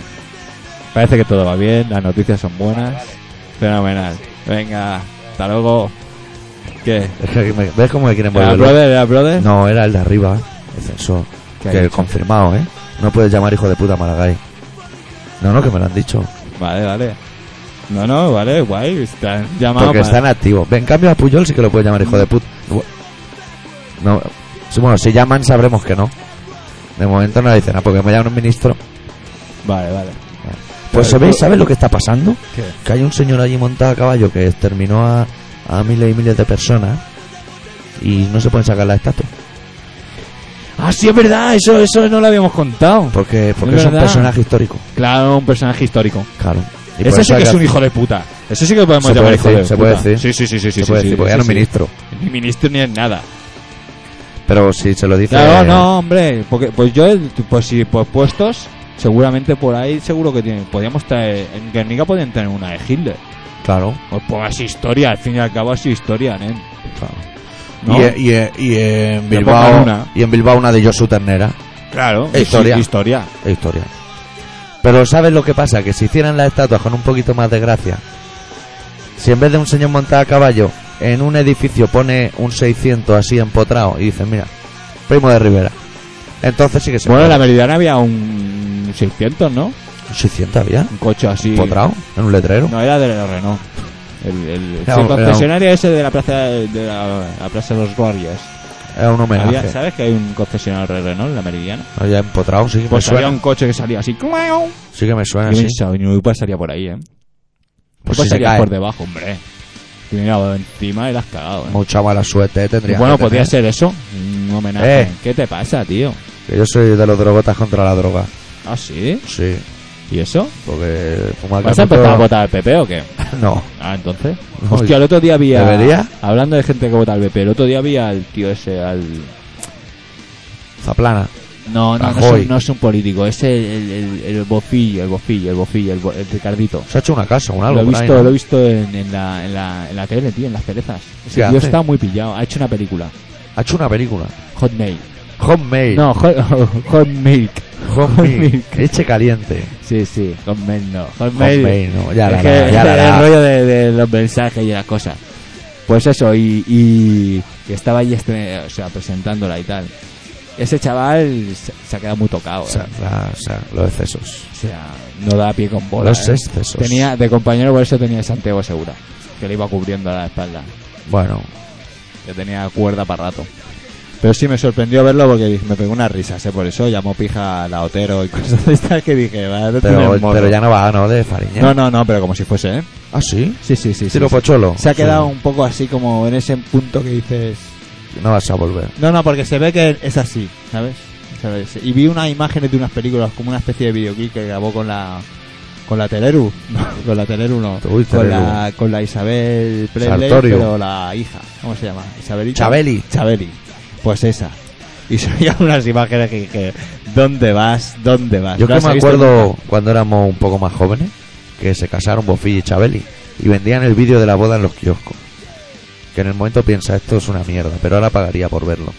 Speaker 2: Parece que todo va bien, las noticias son buenas. Fenomenal. Venga, hasta luego. ¿Qué?
Speaker 1: Es que me- ¿Ves cómo me quieren
Speaker 2: ¿Era
Speaker 1: volver? loco?
Speaker 2: brother? ¿Era brother?
Speaker 1: No, era el de arriba, el censor.
Speaker 2: ¿Qué ha
Speaker 1: Que
Speaker 2: dicho?
Speaker 1: confirmado, ¿eh? No puedes llamar hijo de puta a Maragall. No, no, que me lo han dicho.
Speaker 2: Vale, vale. No, no, vale, guay. Están llamados
Speaker 1: Porque
Speaker 2: para-
Speaker 1: están activos. En cambio, a Puyol sí que lo puede llamar hijo de puta. No, sí, bueno, si llaman sabremos que no. De momento no dicen nada, porque me llaman un ministro.
Speaker 2: Vale, vale.
Speaker 1: Pues
Speaker 2: Claro,
Speaker 1: se ve,
Speaker 2: pero-
Speaker 1: ¿sabes lo que está pasando?
Speaker 2: ¿Qué?
Speaker 1: Que hay un señor allí montado a caballo que exterminó a, a miles y miles de personas y no se pueden sacar la estatua.
Speaker 2: Ah, sí, es verdad, eso, eso no lo habíamos contado.
Speaker 1: Porque, porque
Speaker 2: Es
Speaker 1: es, un
Speaker 2: verdad.
Speaker 1: personaje histórico.
Speaker 2: Claro, un personaje histórico.
Speaker 1: Claro. Y por
Speaker 2: Ese sí
Speaker 1: eso
Speaker 2: que es
Speaker 1: hay
Speaker 2: un hijo de puta. Ese sí que lo podemos
Speaker 1: Se
Speaker 2: llamar
Speaker 1: puede
Speaker 2: hijo
Speaker 1: decir,
Speaker 2: de
Speaker 1: se
Speaker 2: puta.
Speaker 1: puede decir.
Speaker 2: Sí, sí, sí, sí.
Speaker 1: se
Speaker 2: sí,
Speaker 1: puede
Speaker 2: sí,
Speaker 1: decir, porque
Speaker 2: sí,
Speaker 1: era un
Speaker 2: sí.
Speaker 1: ministro.
Speaker 2: Ni ministro ni es nada.
Speaker 1: Pero si se lo dice.
Speaker 2: Claro, no, hombre. Porque, pues yo, pues si por puestos, seguramente por ahí, seguro que tienen. Podíamos traer. En Guernica podían tener una de Hitler.
Speaker 1: Claro.
Speaker 2: Pues, pues es historia, al fin y al cabo es historia, nen. ¿No?
Speaker 1: Y, eh, y- y- y en
Speaker 2: Que
Speaker 1: Bilbao,
Speaker 2: pongan una.
Speaker 1: y en Bilbao una de Josu Ternera.
Speaker 2: Claro,
Speaker 1: es historia.
Speaker 2: sí, historia.
Speaker 1: e historia. Pero ¿sabes lo que pasa? Que si hicieran las estatuas con un poquito más de gracia, si en vez de un señor montado a caballo, en un edificio pone un 600 así empotrado y dicen, mira, primo de Rivera, entonces sí que se
Speaker 2: Bueno, en la
Speaker 1: puede.
Speaker 2: Meridiana había un 600, ¿no?
Speaker 1: ¿Un 600 había,
Speaker 2: Un coche así.
Speaker 1: empotrado, en un letrero.
Speaker 2: No, era de Renault. El, el,
Speaker 1: Era
Speaker 2: sí,
Speaker 1: un-
Speaker 2: concesionario ese de la plaza de la, la plaza de los Guardias.
Speaker 1: Era un homenaje.
Speaker 2: Había- ¿Sabes que hay un concesionario de Renault en la Meridiana?
Speaker 1: Había empotrado, sí que
Speaker 2: Pues
Speaker 1: me suena.
Speaker 2: había un coche que salía así. ¡clau!
Speaker 1: Sí que me suena,
Speaker 2: Yo
Speaker 1: sí.
Speaker 2: pensaba, ni Uruguay pasaría por ahí, ¿eh?
Speaker 1: Pues
Speaker 2: Uruguay
Speaker 1: si se
Speaker 2: salía
Speaker 1: cae,
Speaker 2: por debajo, hombre. Te miraba encima y la has cagado, ¿eh?
Speaker 1: mucha mala suerte eh, tendría.
Speaker 2: bueno,
Speaker 1: que tener.
Speaker 2: podría ser eso. Un homenaje.
Speaker 1: Eh.
Speaker 2: ¿Qué te pasa, tío?
Speaker 1: Que Yo soy de los drogotas contra la droga.
Speaker 2: ¿Ah, sí?
Speaker 1: Sí,
Speaker 2: ¿Y eso?
Speaker 1: porque... fumar
Speaker 2: ¿Vas
Speaker 1: canuto-
Speaker 2: a empezar a votar al PP o qué?
Speaker 1: No.
Speaker 2: Ah, entonces.
Speaker 1: No,
Speaker 2: Hostia, el otro día había.
Speaker 1: ¿Debería?
Speaker 2: Hablando de gente que vota al PP, el otro día había al tío ese, al.
Speaker 1: Zaplana.
Speaker 2: No, no, no es,
Speaker 1: Rajoy.
Speaker 2: un, no es un político, es el, el, el, el bofillo, el bofillo, el bofillo, el, bo- el Ricardito.
Speaker 1: Se ha hecho una casa, un algo.
Speaker 2: lo he
Speaker 1: por ahí,
Speaker 2: visto,
Speaker 1: ¿no?
Speaker 2: lo he visto en, en la, en, la, en la tele, tío, en las cerezas.
Speaker 1: ¿Qué
Speaker 2: Ese tío
Speaker 1: hace?
Speaker 2: está muy pillado, ha hecho una película.
Speaker 1: Ha hecho una película.
Speaker 2: Hotmail.
Speaker 1: Homemade.
Speaker 2: No, hot, Hot Milk.
Speaker 1: Homemade.
Speaker 2: Homemade.
Speaker 1: Leche caliente.
Speaker 2: Sí, sí, Hotmail no. Hotmail.
Speaker 1: Homemade, no. Ya la
Speaker 2: es
Speaker 1: hará,
Speaker 2: que
Speaker 1: ya la hará.
Speaker 2: el rollo de, de los mensajes y las cosas. Pues eso, y, y, y estaba ahí este, o sea, presentándola y tal. Ese chaval se, se ha quedado muy tocado.
Speaker 1: O
Speaker 2: ¿eh?
Speaker 1: sea, la- o sea, los excesos.
Speaker 2: O sea, no da pie con bola.
Speaker 1: los
Speaker 2: ¿eh?
Speaker 1: excesos.
Speaker 2: Tenía, de compañero por eso tenía Santiago Segura, que le iba cubriendo la espalda,
Speaker 1: Bueno,
Speaker 2: que tenía cuerda para rato. Pero sí me sorprendió verlo porque me pegó unas risas, ¿eh? por eso llamó pija a la Otero y cosas de estas que dije, va, no tiene
Speaker 1: pero,
Speaker 2: morro.
Speaker 1: pero ya no va, ¿no? De Fariña.
Speaker 2: No, no, no, pero como si fuese, ¿eh?
Speaker 1: Ah, sí.
Speaker 2: Sí, sí, sí. sí,
Speaker 1: Estilo
Speaker 2: sí.
Speaker 1: Pocholo.
Speaker 2: Se ha
Speaker 1: Sí.
Speaker 2: quedado un poco así como en ese punto que dices...
Speaker 1: No vas a volver.
Speaker 2: No, no, porque se ve que es así, ¿sabes? ¿Sabes? Y vi unas imágenes de unas películas, como una especie de videoclip que grabó con la... Con la Teleru. No, con la Teleru no.
Speaker 1: Uy,
Speaker 2: con,
Speaker 1: Teleru.
Speaker 2: la, con la Isabel Presley,
Speaker 1: Sartorio.
Speaker 2: pero la hija. ¿Cómo se llama? Isabelita.
Speaker 1: Chabeli.
Speaker 2: Chabeli. Pues esa. Y se veían unas imágenes que dije, ¿dónde vas? ¿Dónde vas?
Speaker 1: Yo
Speaker 2: ¿No
Speaker 1: que
Speaker 2: has
Speaker 1: me
Speaker 2: visto
Speaker 1: acuerdo cuando éramos un poco más jóvenes que se casaron Bofillo y Chabeli y vendían el vídeo de la boda en los kioscos. Que en el momento piensa esto es una mierda, pero ahora pagaría por verlo.
Speaker 2: nunca?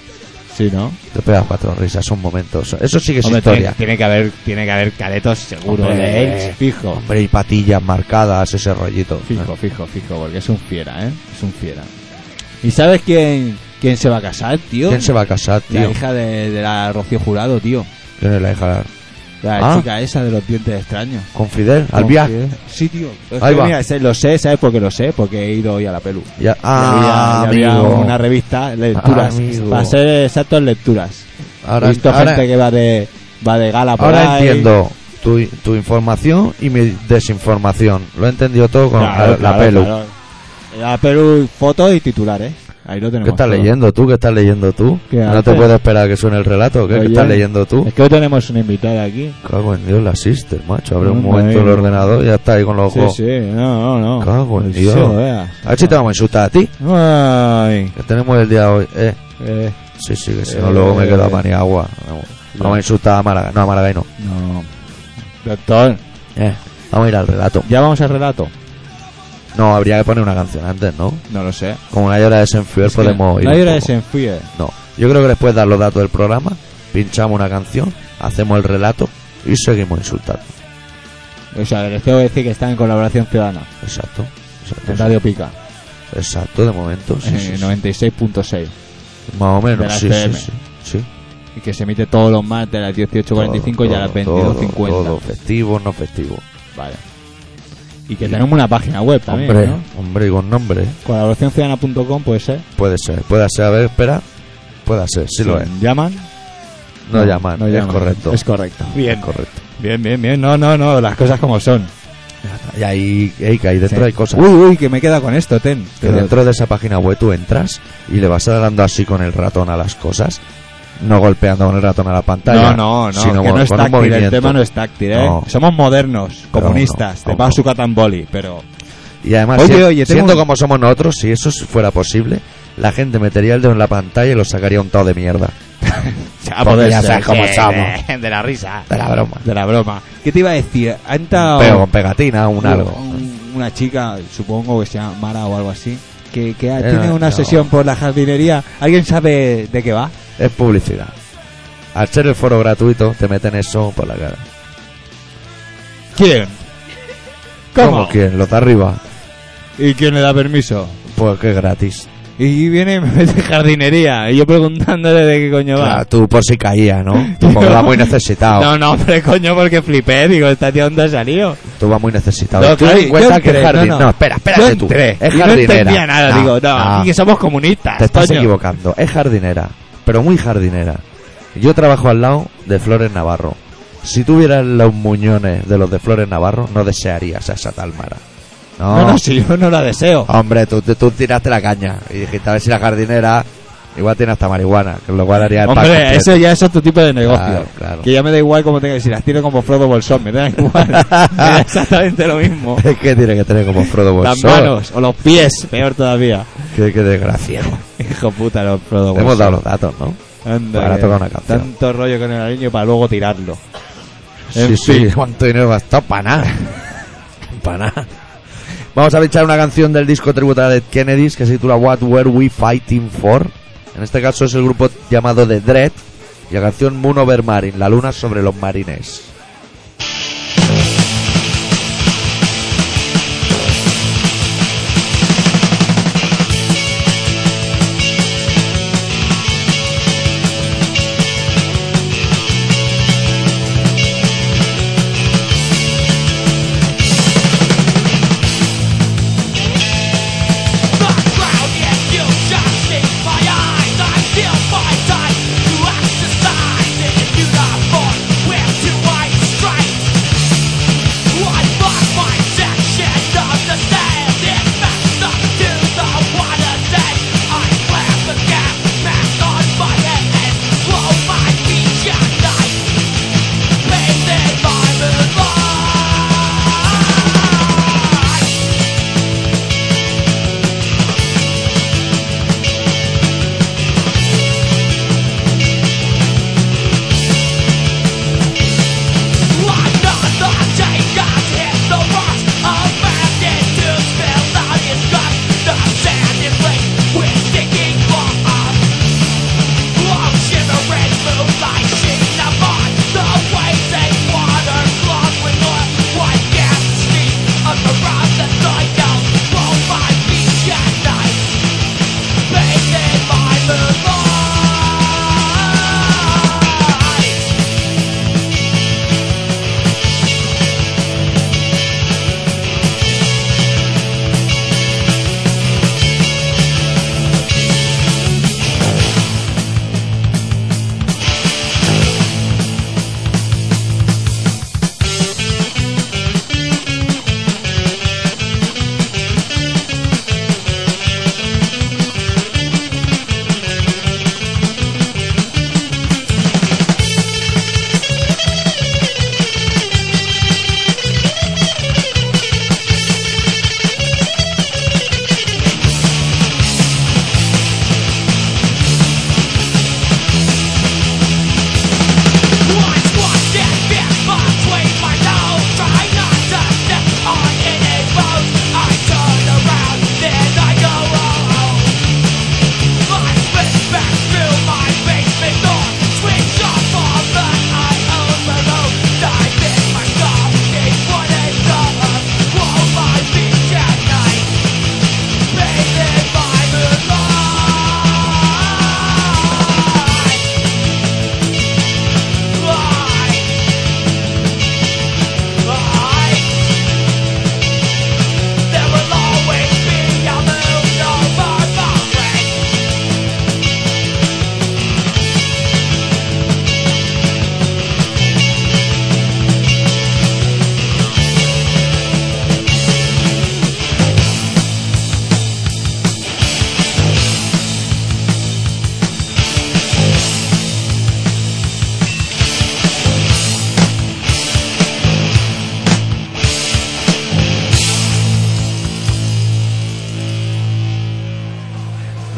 Speaker 2: Sí, ¿no?
Speaker 1: Te pegas cuatro risas, son momentos. Eso sí que es
Speaker 2: Hombre,
Speaker 1: historia.
Speaker 2: tiene, tiene que haber, tiene que haber caretos seguro
Speaker 1: Hombre,
Speaker 2: de él, fijo.
Speaker 1: Hombre, y patillas marcadas, ese rollito.
Speaker 2: Fijo, fijo, fijo, porque es un fiera, ¿eh? Es un fiera. ¿Y sabes quién, quién se va a casar, tío?
Speaker 1: ¿Quién se va a casar,
Speaker 2: La
Speaker 1: tío?
Speaker 2: hija de, de la Rocío Jurado, tío.
Speaker 1: ¿Quién es la hija?
Speaker 2: La
Speaker 1: Ah.
Speaker 2: chica esa de los dientes extraños.
Speaker 1: ¿Con Fidel? ¿Al
Speaker 2: No,
Speaker 1: viaje?
Speaker 2: sí, eh. Sí, tío. Es
Speaker 1: Ahí
Speaker 2: que
Speaker 1: va.
Speaker 2: mira, sé- lo sé, ¿sabes por qué lo sé? Porque he ido hoy a la pelu.
Speaker 1: Ya-
Speaker 2: Y
Speaker 1: Ah,
Speaker 2: había, y había
Speaker 1: amigo.
Speaker 2: una revista, lecturas.
Speaker 1: Amigo.
Speaker 2: Para ser exactos, lecturas. He
Speaker 1: Ahora,
Speaker 2: visto
Speaker 1: ahora-
Speaker 2: gente que va de, va de gala por
Speaker 1: ahora
Speaker 2: ahí.
Speaker 1: entiendo tu, tu información y mi desinformación. Lo he entendido todo con
Speaker 2: Claro,
Speaker 1: la, la
Speaker 2: claro,
Speaker 1: pelu.
Speaker 2: claro. La pelu, foto y titular, ¿eh? Ahí lo tenemos.
Speaker 1: ¿Qué estás
Speaker 2: todo.
Speaker 1: leyendo tú? ¿Qué estás leyendo tú?
Speaker 2: ¿Qué
Speaker 1: no te
Speaker 2: haces?
Speaker 1: puedo esperar a que suene el relato. ¿Qué, ¿Qué
Speaker 2: Oye.
Speaker 1: estás leyendo tú?
Speaker 2: Es que hoy tenemos una invitada aquí.
Speaker 1: Cago en Dios, la asiste, macho. Abre un
Speaker 2: Hombre.
Speaker 1: momento el ordenador y ya está ahí con los
Speaker 2: Sí,
Speaker 1: ojos.
Speaker 2: sí, no, no, no.
Speaker 1: Cago en
Speaker 2: Sí,
Speaker 1: Dios.
Speaker 2: lo veas.
Speaker 1: A ver si te vamos a insultar a ti.
Speaker 2: Ay,
Speaker 1: Que tenemos el día de hoy. Eh,
Speaker 2: eh,
Speaker 1: sí, sí, que si
Speaker 2: Eh,
Speaker 1: no luego me quedo a
Speaker 2: eh.
Speaker 1: maniagua. Vamos, vamos a insultar a Maragall. No, a Maragall no.
Speaker 2: no. Doctor,
Speaker 1: Eh, vamos a ir al relato.
Speaker 2: Ya vamos al relato.
Speaker 1: No, habría que poner una canción antes, ¿no?
Speaker 2: No lo sé.
Speaker 1: Como la hora de Senfuer podemos ir.
Speaker 2: No
Speaker 1: un
Speaker 2: hay hora de
Speaker 1: poco.
Speaker 2: Senfuye.
Speaker 1: No. Yo creo que después dar los datos del programa, pinchamos una canción, hacemos el relato y seguimos insultando.
Speaker 2: O sea, les tengo que decir que está en colaboración ciudadana.
Speaker 1: Exacto. Exacto,
Speaker 2: En Radio Pica.
Speaker 1: exacto de momento. Sí,
Speaker 2: en
Speaker 1: sí, sí.
Speaker 2: 96.6.
Speaker 1: Más o
Speaker 2: Eh, de
Speaker 1: menos,
Speaker 2: la
Speaker 1: sí, sí,
Speaker 2: FM.
Speaker 1: sí, sí.
Speaker 2: Y que se emite todos los martes a las 18.45 y a las
Speaker 1: Todo, todo,
Speaker 2: 22.50.
Speaker 1: Todo, festivo, no festivo.
Speaker 2: Vale. Y que tenemos una página web también,
Speaker 1: hombre,
Speaker 2: ¿no?
Speaker 1: hombre, y con nombre.
Speaker 2: Colaboraciónciudadana.com puede ser.
Speaker 1: Puede ser, puede ser. A ver, espera. Puede ser, sí lo es.
Speaker 2: ¿Llaman?
Speaker 1: No, llaman, es
Speaker 2: llaman.
Speaker 1: correcto.
Speaker 2: Es correcto. Bien.
Speaker 1: correcto.
Speaker 2: Bien, bien, bien. No, no, no. Las cosas como son.
Speaker 1: Y ahí, ey, que ahí dentro
Speaker 2: Sí. Uh,
Speaker 1: hay cosas.
Speaker 2: Uy, uy, que me queda con esto, Ten.
Speaker 1: Que dentro de esa página web tú entras y le vas dando así con el ratón a las cosas, no golpeando con el ratón a la pantalla.
Speaker 2: No, no, no,
Speaker 1: sino
Speaker 2: que
Speaker 1: mo-
Speaker 2: no es
Speaker 1: con un
Speaker 2: táctil, el
Speaker 1: movimiento.
Speaker 2: tema no es táctil, ¿eh?
Speaker 1: No.
Speaker 2: Somos modernos,
Speaker 1: Pero
Speaker 2: comunistas,
Speaker 1: no,
Speaker 2: de
Speaker 1: no,
Speaker 2: Pau Catamboli, pero...
Speaker 1: Y además,
Speaker 2: Oye,
Speaker 1: si-
Speaker 2: oye, tengo
Speaker 1: siendo
Speaker 2: un-
Speaker 1: como somos nosotros, si eso fuera posible, la gente metería el dedo en la pantalla y lo sacaría un tao de mierda. Porque ya sabes cómo somos.
Speaker 2: De, la risa.
Speaker 1: De la broma.
Speaker 2: De la broma. ¿Qué te iba a decir? Ha entrado...
Speaker 1: Pero con pegatina, un algo.
Speaker 2: un- una chica, supongo que se llama Mara o algo así, que, que ha-
Speaker 1: Eh,
Speaker 2: tiene
Speaker 1: no,
Speaker 2: una
Speaker 1: no.
Speaker 2: sesión por la jardinería. ¿Alguien sabe de qué va?
Speaker 1: Es publicidad. Al ser el foro gratuito, te meten eso por la cara.
Speaker 2: ¿Quién? ¿Cómo?
Speaker 1: quién? ¿Los de arriba?
Speaker 2: ¿Y quién le da permiso?
Speaker 1: Pues que es gratis.
Speaker 2: Y viene y me mete jardinería. Y yo preguntándole de qué coño va.
Speaker 1: Claro, tú por si caía, ¿no? Tú porque vas muy necesitado.
Speaker 2: No, no, hombre, coño, porque flipé. Digo, esta tía onda salió.
Speaker 1: Tú vas muy necesitado.
Speaker 2: No,
Speaker 1: Tú
Speaker 2: claro,
Speaker 1: ten en cuenta
Speaker 2: yo
Speaker 1: que es
Speaker 2: entré,
Speaker 1: jardín.
Speaker 2: no,
Speaker 1: No,
Speaker 2: no.
Speaker 1: espera,
Speaker 2: Yo
Speaker 1: espérate tú.
Speaker 2: entré,
Speaker 1: Es
Speaker 2: y no
Speaker 1: jardinera.
Speaker 2: entendía nada. digo, no,
Speaker 1: no.
Speaker 2: aquí que somos comunistas.
Speaker 1: Te estás
Speaker 2: coño.
Speaker 1: equivocando. Es jardinera, pero muy jardinera. Yo trabajo al lado de Flores Navarro. Si tuvieras los muñones de los de Flores Navarro, no desearías a esa tal Mara. No,
Speaker 2: No, no, si yo no la deseo.
Speaker 1: Hombre, tú, tú- tú tiraste la caña y dijiste a ver si la jardinera igual tiene hasta marihuana, que lo cual haría el pack
Speaker 2: Hombre,
Speaker 1: completo.
Speaker 2: eso ya es otro tipo de negocio.
Speaker 1: Claro, claro.
Speaker 2: Que ya me da igual como tenga, si las tiro como Frodo Bolsón, me da igual. Me da exactamente lo mismo.
Speaker 1: Es que tiene que tener como Frodo
Speaker 2: Las
Speaker 1: Bolsón.
Speaker 2: manos o los pies, peor todavía.
Speaker 1: Qué, qué desgracia.
Speaker 2: Hijo puta, los Frodo
Speaker 1: Te hemos
Speaker 2: Bolsón.
Speaker 1: dado los datos, ¿no?
Speaker 2: Anda,
Speaker 1: Ahora
Speaker 2: que
Speaker 1: toca una canción.
Speaker 2: Tanto rollo con el aliño para luego tirarlo.
Speaker 1: Sí, sí, cuánto dinero gastado para nada. para nada. Vamos a pinchar una canción del disco tributo a Dead Kennedys que se titula What Were We Fighting For. En este caso es el grupo llamado The Dread y la canción Moon Over Marine, la luna sobre los marines.
Speaker 3: Fire!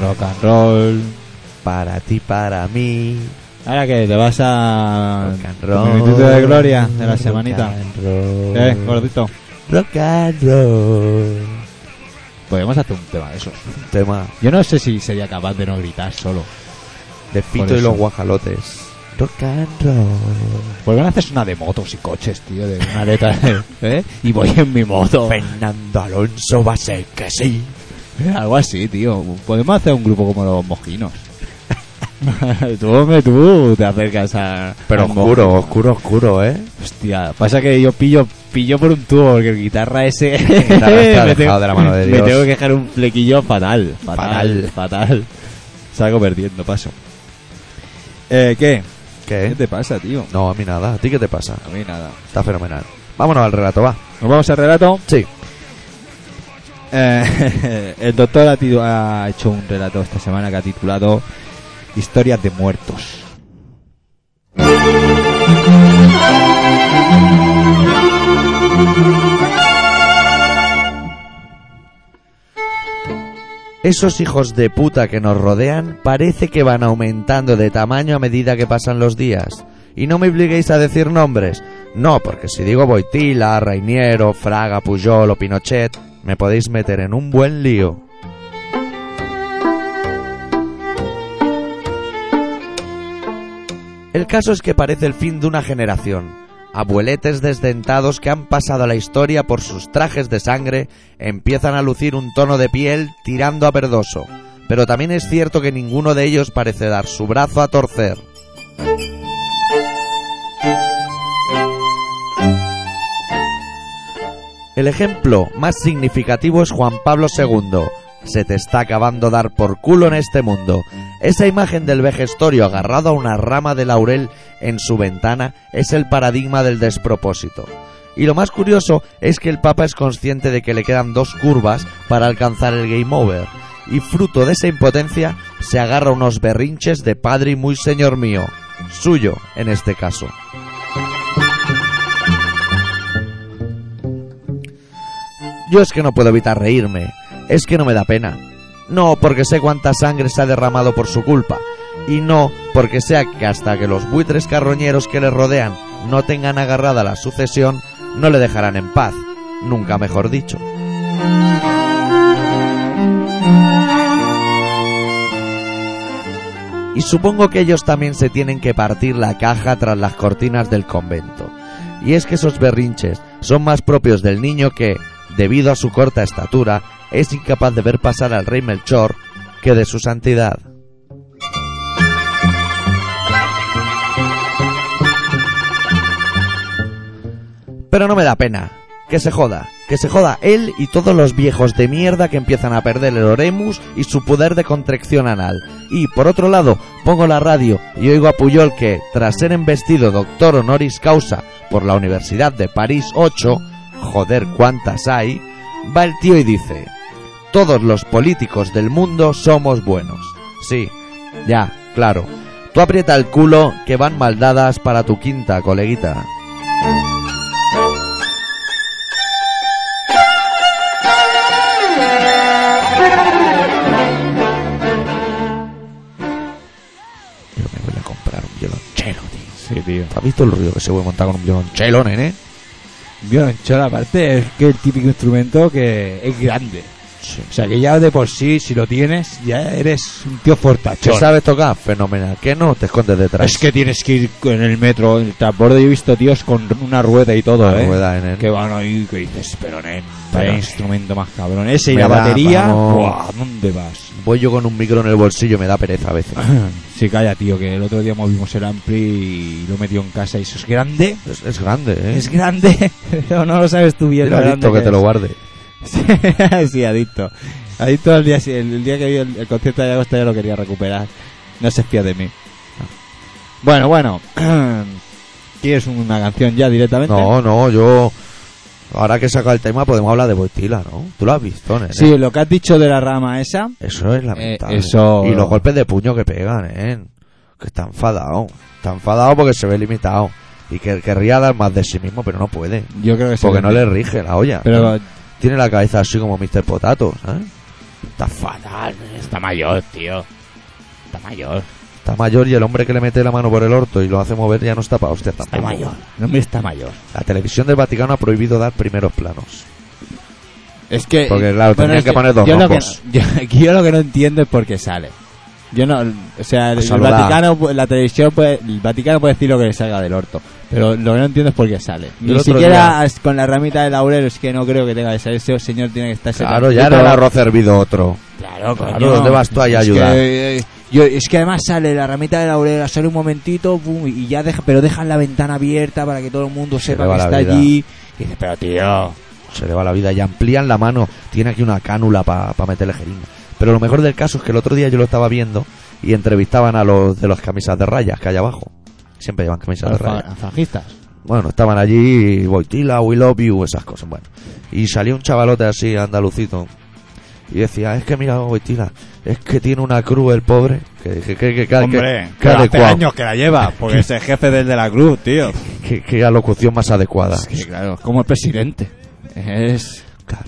Speaker 2: rock and roll.
Speaker 1: Para ti, para mí.
Speaker 2: Ahora que te vas a.
Speaker 1: Rock and
Speaker 2: tu
Speaker 1: roll.
Speaker 2: minuto Ah, de gloria de la
Speaker 1: Rock
Speaker 2: semanita.
Speaker 1: and roll.
Speaker 2: Eh, gordito.
Speaker 1: Rock and roll.
Speaker 2: Podemos hacer un tema de eso.
Speaker 1: Tema
Speaker 2: Yo no sé si sería capaz de no gritar solo.
Speaker 1: de Fito
Speaker 2: Por
Speaker 1: y
Speaker 2: eso.
Speaker 1: los guajalotes. Rock and roll.
Speaker 2: ¿Por qué no haces una de motos y coches, tío? De una letra de- ¿Eh? Y voy en mi moto.
Speaker 1: Fernando Alonso va a ser que sí.
Speaker 2: Eh, Algo así, tío. Podemos hacer un grupo como los mojinos. tú, hombre, tú te acercas a.
Speaker 1: Pero
Speaker 2: al mo-
Speaker 1: oscuro, oscuro, oscuro, ¿eh?
Speaker 2: Hostia, pasa que yo pillo pillo por un tubo porque el guitarra ese.
Speaker 1: guitarra está
Speaker 2: me,
Speaker 1: dejado de la mano de Dios.
Speaker 2: me tengo que dejar un flequillo fatal. Fatal,
Speaker 1: Fatal.
Speaker 2: fatal. Salgo perdiendo, paso. Eh, ¿qué? ¿Qué
Speaker 1: ¿Qué?
Speaker 2: te pasa, tío?
Speaker 1: No, a mí nada. ¿A ti qué te pasa?
Speaker 2: A mí nada.
Speaker 1: Está fenomenal. Vámonos al relato, va.
Speaker 2: Nos vamos al relato.
Speaker 1: Sí.
Speaker 2: Eh, el doctor ha, titu- ha hecho un relato esta semana que ha titulado Historias de muertos.
Speaker 1: Esos hijos de puta que nos rodean parece que van aumentando de tamaño a medida que pasan los días. Y no me obliguéis a decir nombres. No, porque si digo Boitila, Reiniero, Fraga, Puyol o Pinochet, me podéis meter en un buen lío. El caso es que parece el fin de una generación. Abueletes desdentados que han pasado a la historia por sus trajes de sangre empiezan a lucir un tono de piel tirando a verdoso, pero también es cierto que ninguno de ellos parece dar su brazo a torcer. El ejemplo más significativo es Juan Pablo II. Se te está acabando dar por culo en este mundo. Esa imagen del vejestorio agarrado a una rama de laurel en su ventana es el paradigma del despropósito. Y lo más curioso es que el Papa es consciente de que le quedan dos curvas para alcanzar el game over, y fruto de esa impotencia se agarra unos berrinches de padre y muy señor mío, suyo en este caso. Yo es que no puedo evitar reírme, es que no me da pena. No porque sé cuánta sangre se ha derramado por su culpa, y no porque sea que hasta que los buitres carroñeros que le rodean no tengan agarrada la sucesión, no le dejarán en paz, nunca mejor dicho. Y supongo que ellos también se tienen que partir la caja tras las cortinas del convento. Y es que esos berrinches son más propios del niño que, debido a su corta estatura, es incapaz de ver pasar al rey Melchor que de su santidad. Pero no me da pena. Que se joda. Que se joda él y todos los viejos de mierda que empiezan a perder el oremus y su poder de contracción anal. Y, por otro lado, pongo la radio y oigo a Puyol que, tras ser embestido doctor honoris causa por la Universidad de París 8, joder cuántas hay, va el tío y dice, todos los políticos del mundo somos buenos. Sí, ya, claro. Tú aprieta el culo que van maldadas para tu quinta, coleguita. Yo me voy a comprar un violonchelo, tío.
Speaker 2: Sí, tío.
Speaker 1: ¿Has visto el ruido que se puede montar con un violonchelo, nene?
Speaker 2: Violonchelo, aparte, es que el típico instrumento que es grande. O sea, que ya de por sí, si lo tienes, ya eres un tío
Speaker 1: ¿Que
Speaker 2: fortachón.
Speaker 1: sabes tocar? Fenomenal. ¿Que no? Te escondes detrás.
Speaker 2: Es que tienes que ir en el metro, en el transbordo. Yo he visto tíos con una rueda y todo,
Speaker 1: La
Speaker 2: ¿eh?
Speaker 1: rueda, nene.
Speaker 2: Que van ahí, que dices, pero nen,
Speaker 1: Pero,
Speaker 2: vaya
Speaker 1: nen.
Speaker 2: instrumento más cabrón. Ese y
Speaker 1: Me
Speaker 2: la
Speaker 1: da,
Speaker 2: batería,
Speaker 1: vamos.
Speaker 2: ¡buah! ¿Dónde vas?
Speaker 1: Voy yo con un micro en el bolsillo, me da pereza a veces.
Speaker 2: Sí, calla, tío, que el otro día movimos el ampli y lo metió en casa y eso es grande.
Speaker 1: Es, es grande, ¿eh?
Speaker 2: Es grande, pero no lo sabes tú bien.
Speaker 1: Mira,
Speaker 2: lo
Speaker 1: adicto,
Speaker 2: grande
Speaker 1: que, te
Speaker 2: es.
Speaker 1: lo guarde.
Speaker 2: Sí, sí, adicto. Adicto al día, sí, el, el día que vi el, el concierto de agosto ya lo quería recuperar. No se espía de mí. Bueno, bueno. ¿Quieres una canción ya directamente?
Speaker 1: No, no, yo... Ahora que saca el tema podemos hablar de Boitila, ¿no? Tú lo has visto, nene.
Speaker 2: Sí, lo que has dicho de la rama esa.
Speaker 1: Eso es lamentable.
Speaker 2: Eh, eso-
Speaker 1: Y los golpes de puño que pegan, ¿eh? Que está enfadado. Está enfadado porque se ve limitado. Y que querría dar más de sí mismo, pero no puede.
Speaker 2: Yo creo que sí.
Speaker 1: Porque no le rige la olla.
Speaker 2: Pero
Speaker 1: Tiene la cabeza así como Mr. Potato, ¿sabes?
Speaker 2: Está fatal, está mayor, tío. Está mayor.
Speaker 1: Está mayor y el hombre que le mete la mano por el orto y lo hace mover ya no está para hostia tampoco.
Speaker 2: No me está mayor.
Speaker 1: La televisión del Vaticano ha prohibido dar primeros planos.
Speaker 2: Es que.
Speaker 1: Porque, claro, tenían
Speaker 2: es
Speaker 1: que poner dos
Speaker 2: yo lo que,
Speaker 1: rombos.
Speaker 2: no- yo, yo lo que no entiendo es por qué sale. Yo no. O sea, el, el
Speaker 1: saludar.
Speaker 2: Vaticano, pu- la televisión, puede, el Vaticano puede decir lo que le salga del orto. Pero lo que no entiendo es por qué sale.
Speaker 1: El
Speaker 2: Ni
Speaker 1: otro
Speaker 2: siquiera as- con la ramita de laurel es que no creo que tenga que salir. Ese señor tiene que estar
Speaker 1: Claro, ya era el arroz hervido otro.
Speaker 2: Claro,
Speaker 1: Claro,
Speaker 2: coño.
Speaker 1: ¿dónde vas tú ahí a
Speaker 2: Es
Speaker 1: ayudar?
Speaker 2: que, eh, yo- es que además sale la ramita de laurel, sale un momentito, pum, y ya deja, pero dejan la ventana abierta para que todo el mundo sepa
Speaker 1: le va
Speaker 2: que
Speaker 1: la
Speaker 2: está
Speaker 1: vida.
Speaker 2: allí. Y dices, pero tío,
Speaker 1: Se le va la vida y amplían la mano. Tiene aquí una cánula para meterle jeringa. Pero lo mejor del caso es que el otro día yo lo estaba viendo y entrevistaban a los de las camisas de rayas que hay abajo. Siempre llevan camisas de rayas.
Speaker 2: alfajistas.
Speaker 1: Bueno, estaban allí Boitila, We Love You, esas cosas. Bueno, y salió un chavalote así, andalucito, y decía: Es que mira, Boitila, es que tiene una cruz el pobre. Que dije: Que, que, que,
Speaker 2: Hombre,
Speaker 1: que- que
Speaker 2: pero hace
Speaker 1: adecuado,
Speaker 2: años que la lleva, porque es el jefe del de la cruz, tío.
Speaker 1: que- que alocución más adecuada.
Speaker 2: Sí, claro, como el presidente. Es.
Speaker 1: Claro.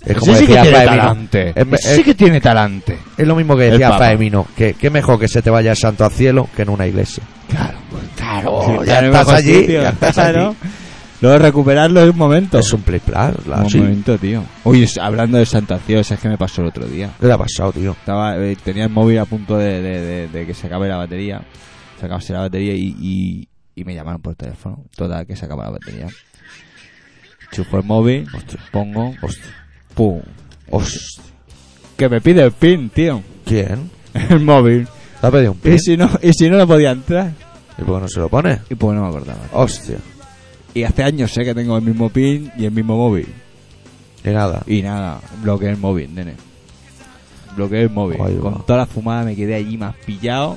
Speaker 1: Es
Speaker 2: Ese
Speaker 1: como
Speaker 2: sí que
Speaker 1: decía
Speaker 2: tiene
Speaker 1: Faemino.
Speaker 2: talante.
Speaker 1: Es me-
Speaker 2: Ese
Speaker 1: es-
Speaker 2: sí que tiene talante.
Speaker 1: Es lo mismo que
Speaker 2: El
Speaker 1: decía
Speaker 2: Papa.
Speaker 1: Faemino: que, que mejor que se te vaya el santo al cielo que en una iglesia.
Speaker 2: Claro, claro.
Speaker 1: pues, ya estás allí, ya estás allí.
Speaker 2: Luego recuperarlo es un momento.
Speaker 1: Es un play plan. la-
Speaker 2: un
Speaker 1: sí.
Speaker 2: momento, tío. Oye, es- hablando de Santa Cía, es que me pasó el otro día.
Speaker 1: ¿Qué le ha pasado, tío?
Speaker 2: Estaba, eh, tenía el móvil a punto de, de- de- de que se acabe la batería. Se acabase la batería y, y- y me llamaron por teléfono. Toda que se acaba la batería. Chupo el móvil,
Speaker 1: Hostia.
Speaker 2: pongo,
Speaker 1: Hostia.
Speaker 2: pum.
Speaker 1: Hostia.
Speaker 2: Que me pide el pin, tío.
Speaker 1: ¿Quién?
Speaker 2: El móvil.
Speaker 1: ¿Te ha pedido un pin?
Speaker 2: Y si no, y si no lo podía entrar.
Speaker 1: ¿Y por qué no se lo pone?
Speaker 2: Y pues no me acordaba.
Speaker 1: Hostia.
Speaker 2: Y hace años sé que tengo el mismo pin y el mismo móvil.
Speaker 1: Y nada.
Speaker 2: Y nada, bloqueé el móvil, nene. Bloqueé el móvil.
Speaker 1: Ahí va.
Speaker 2: Con toda la fumada me quedé allí más pillado.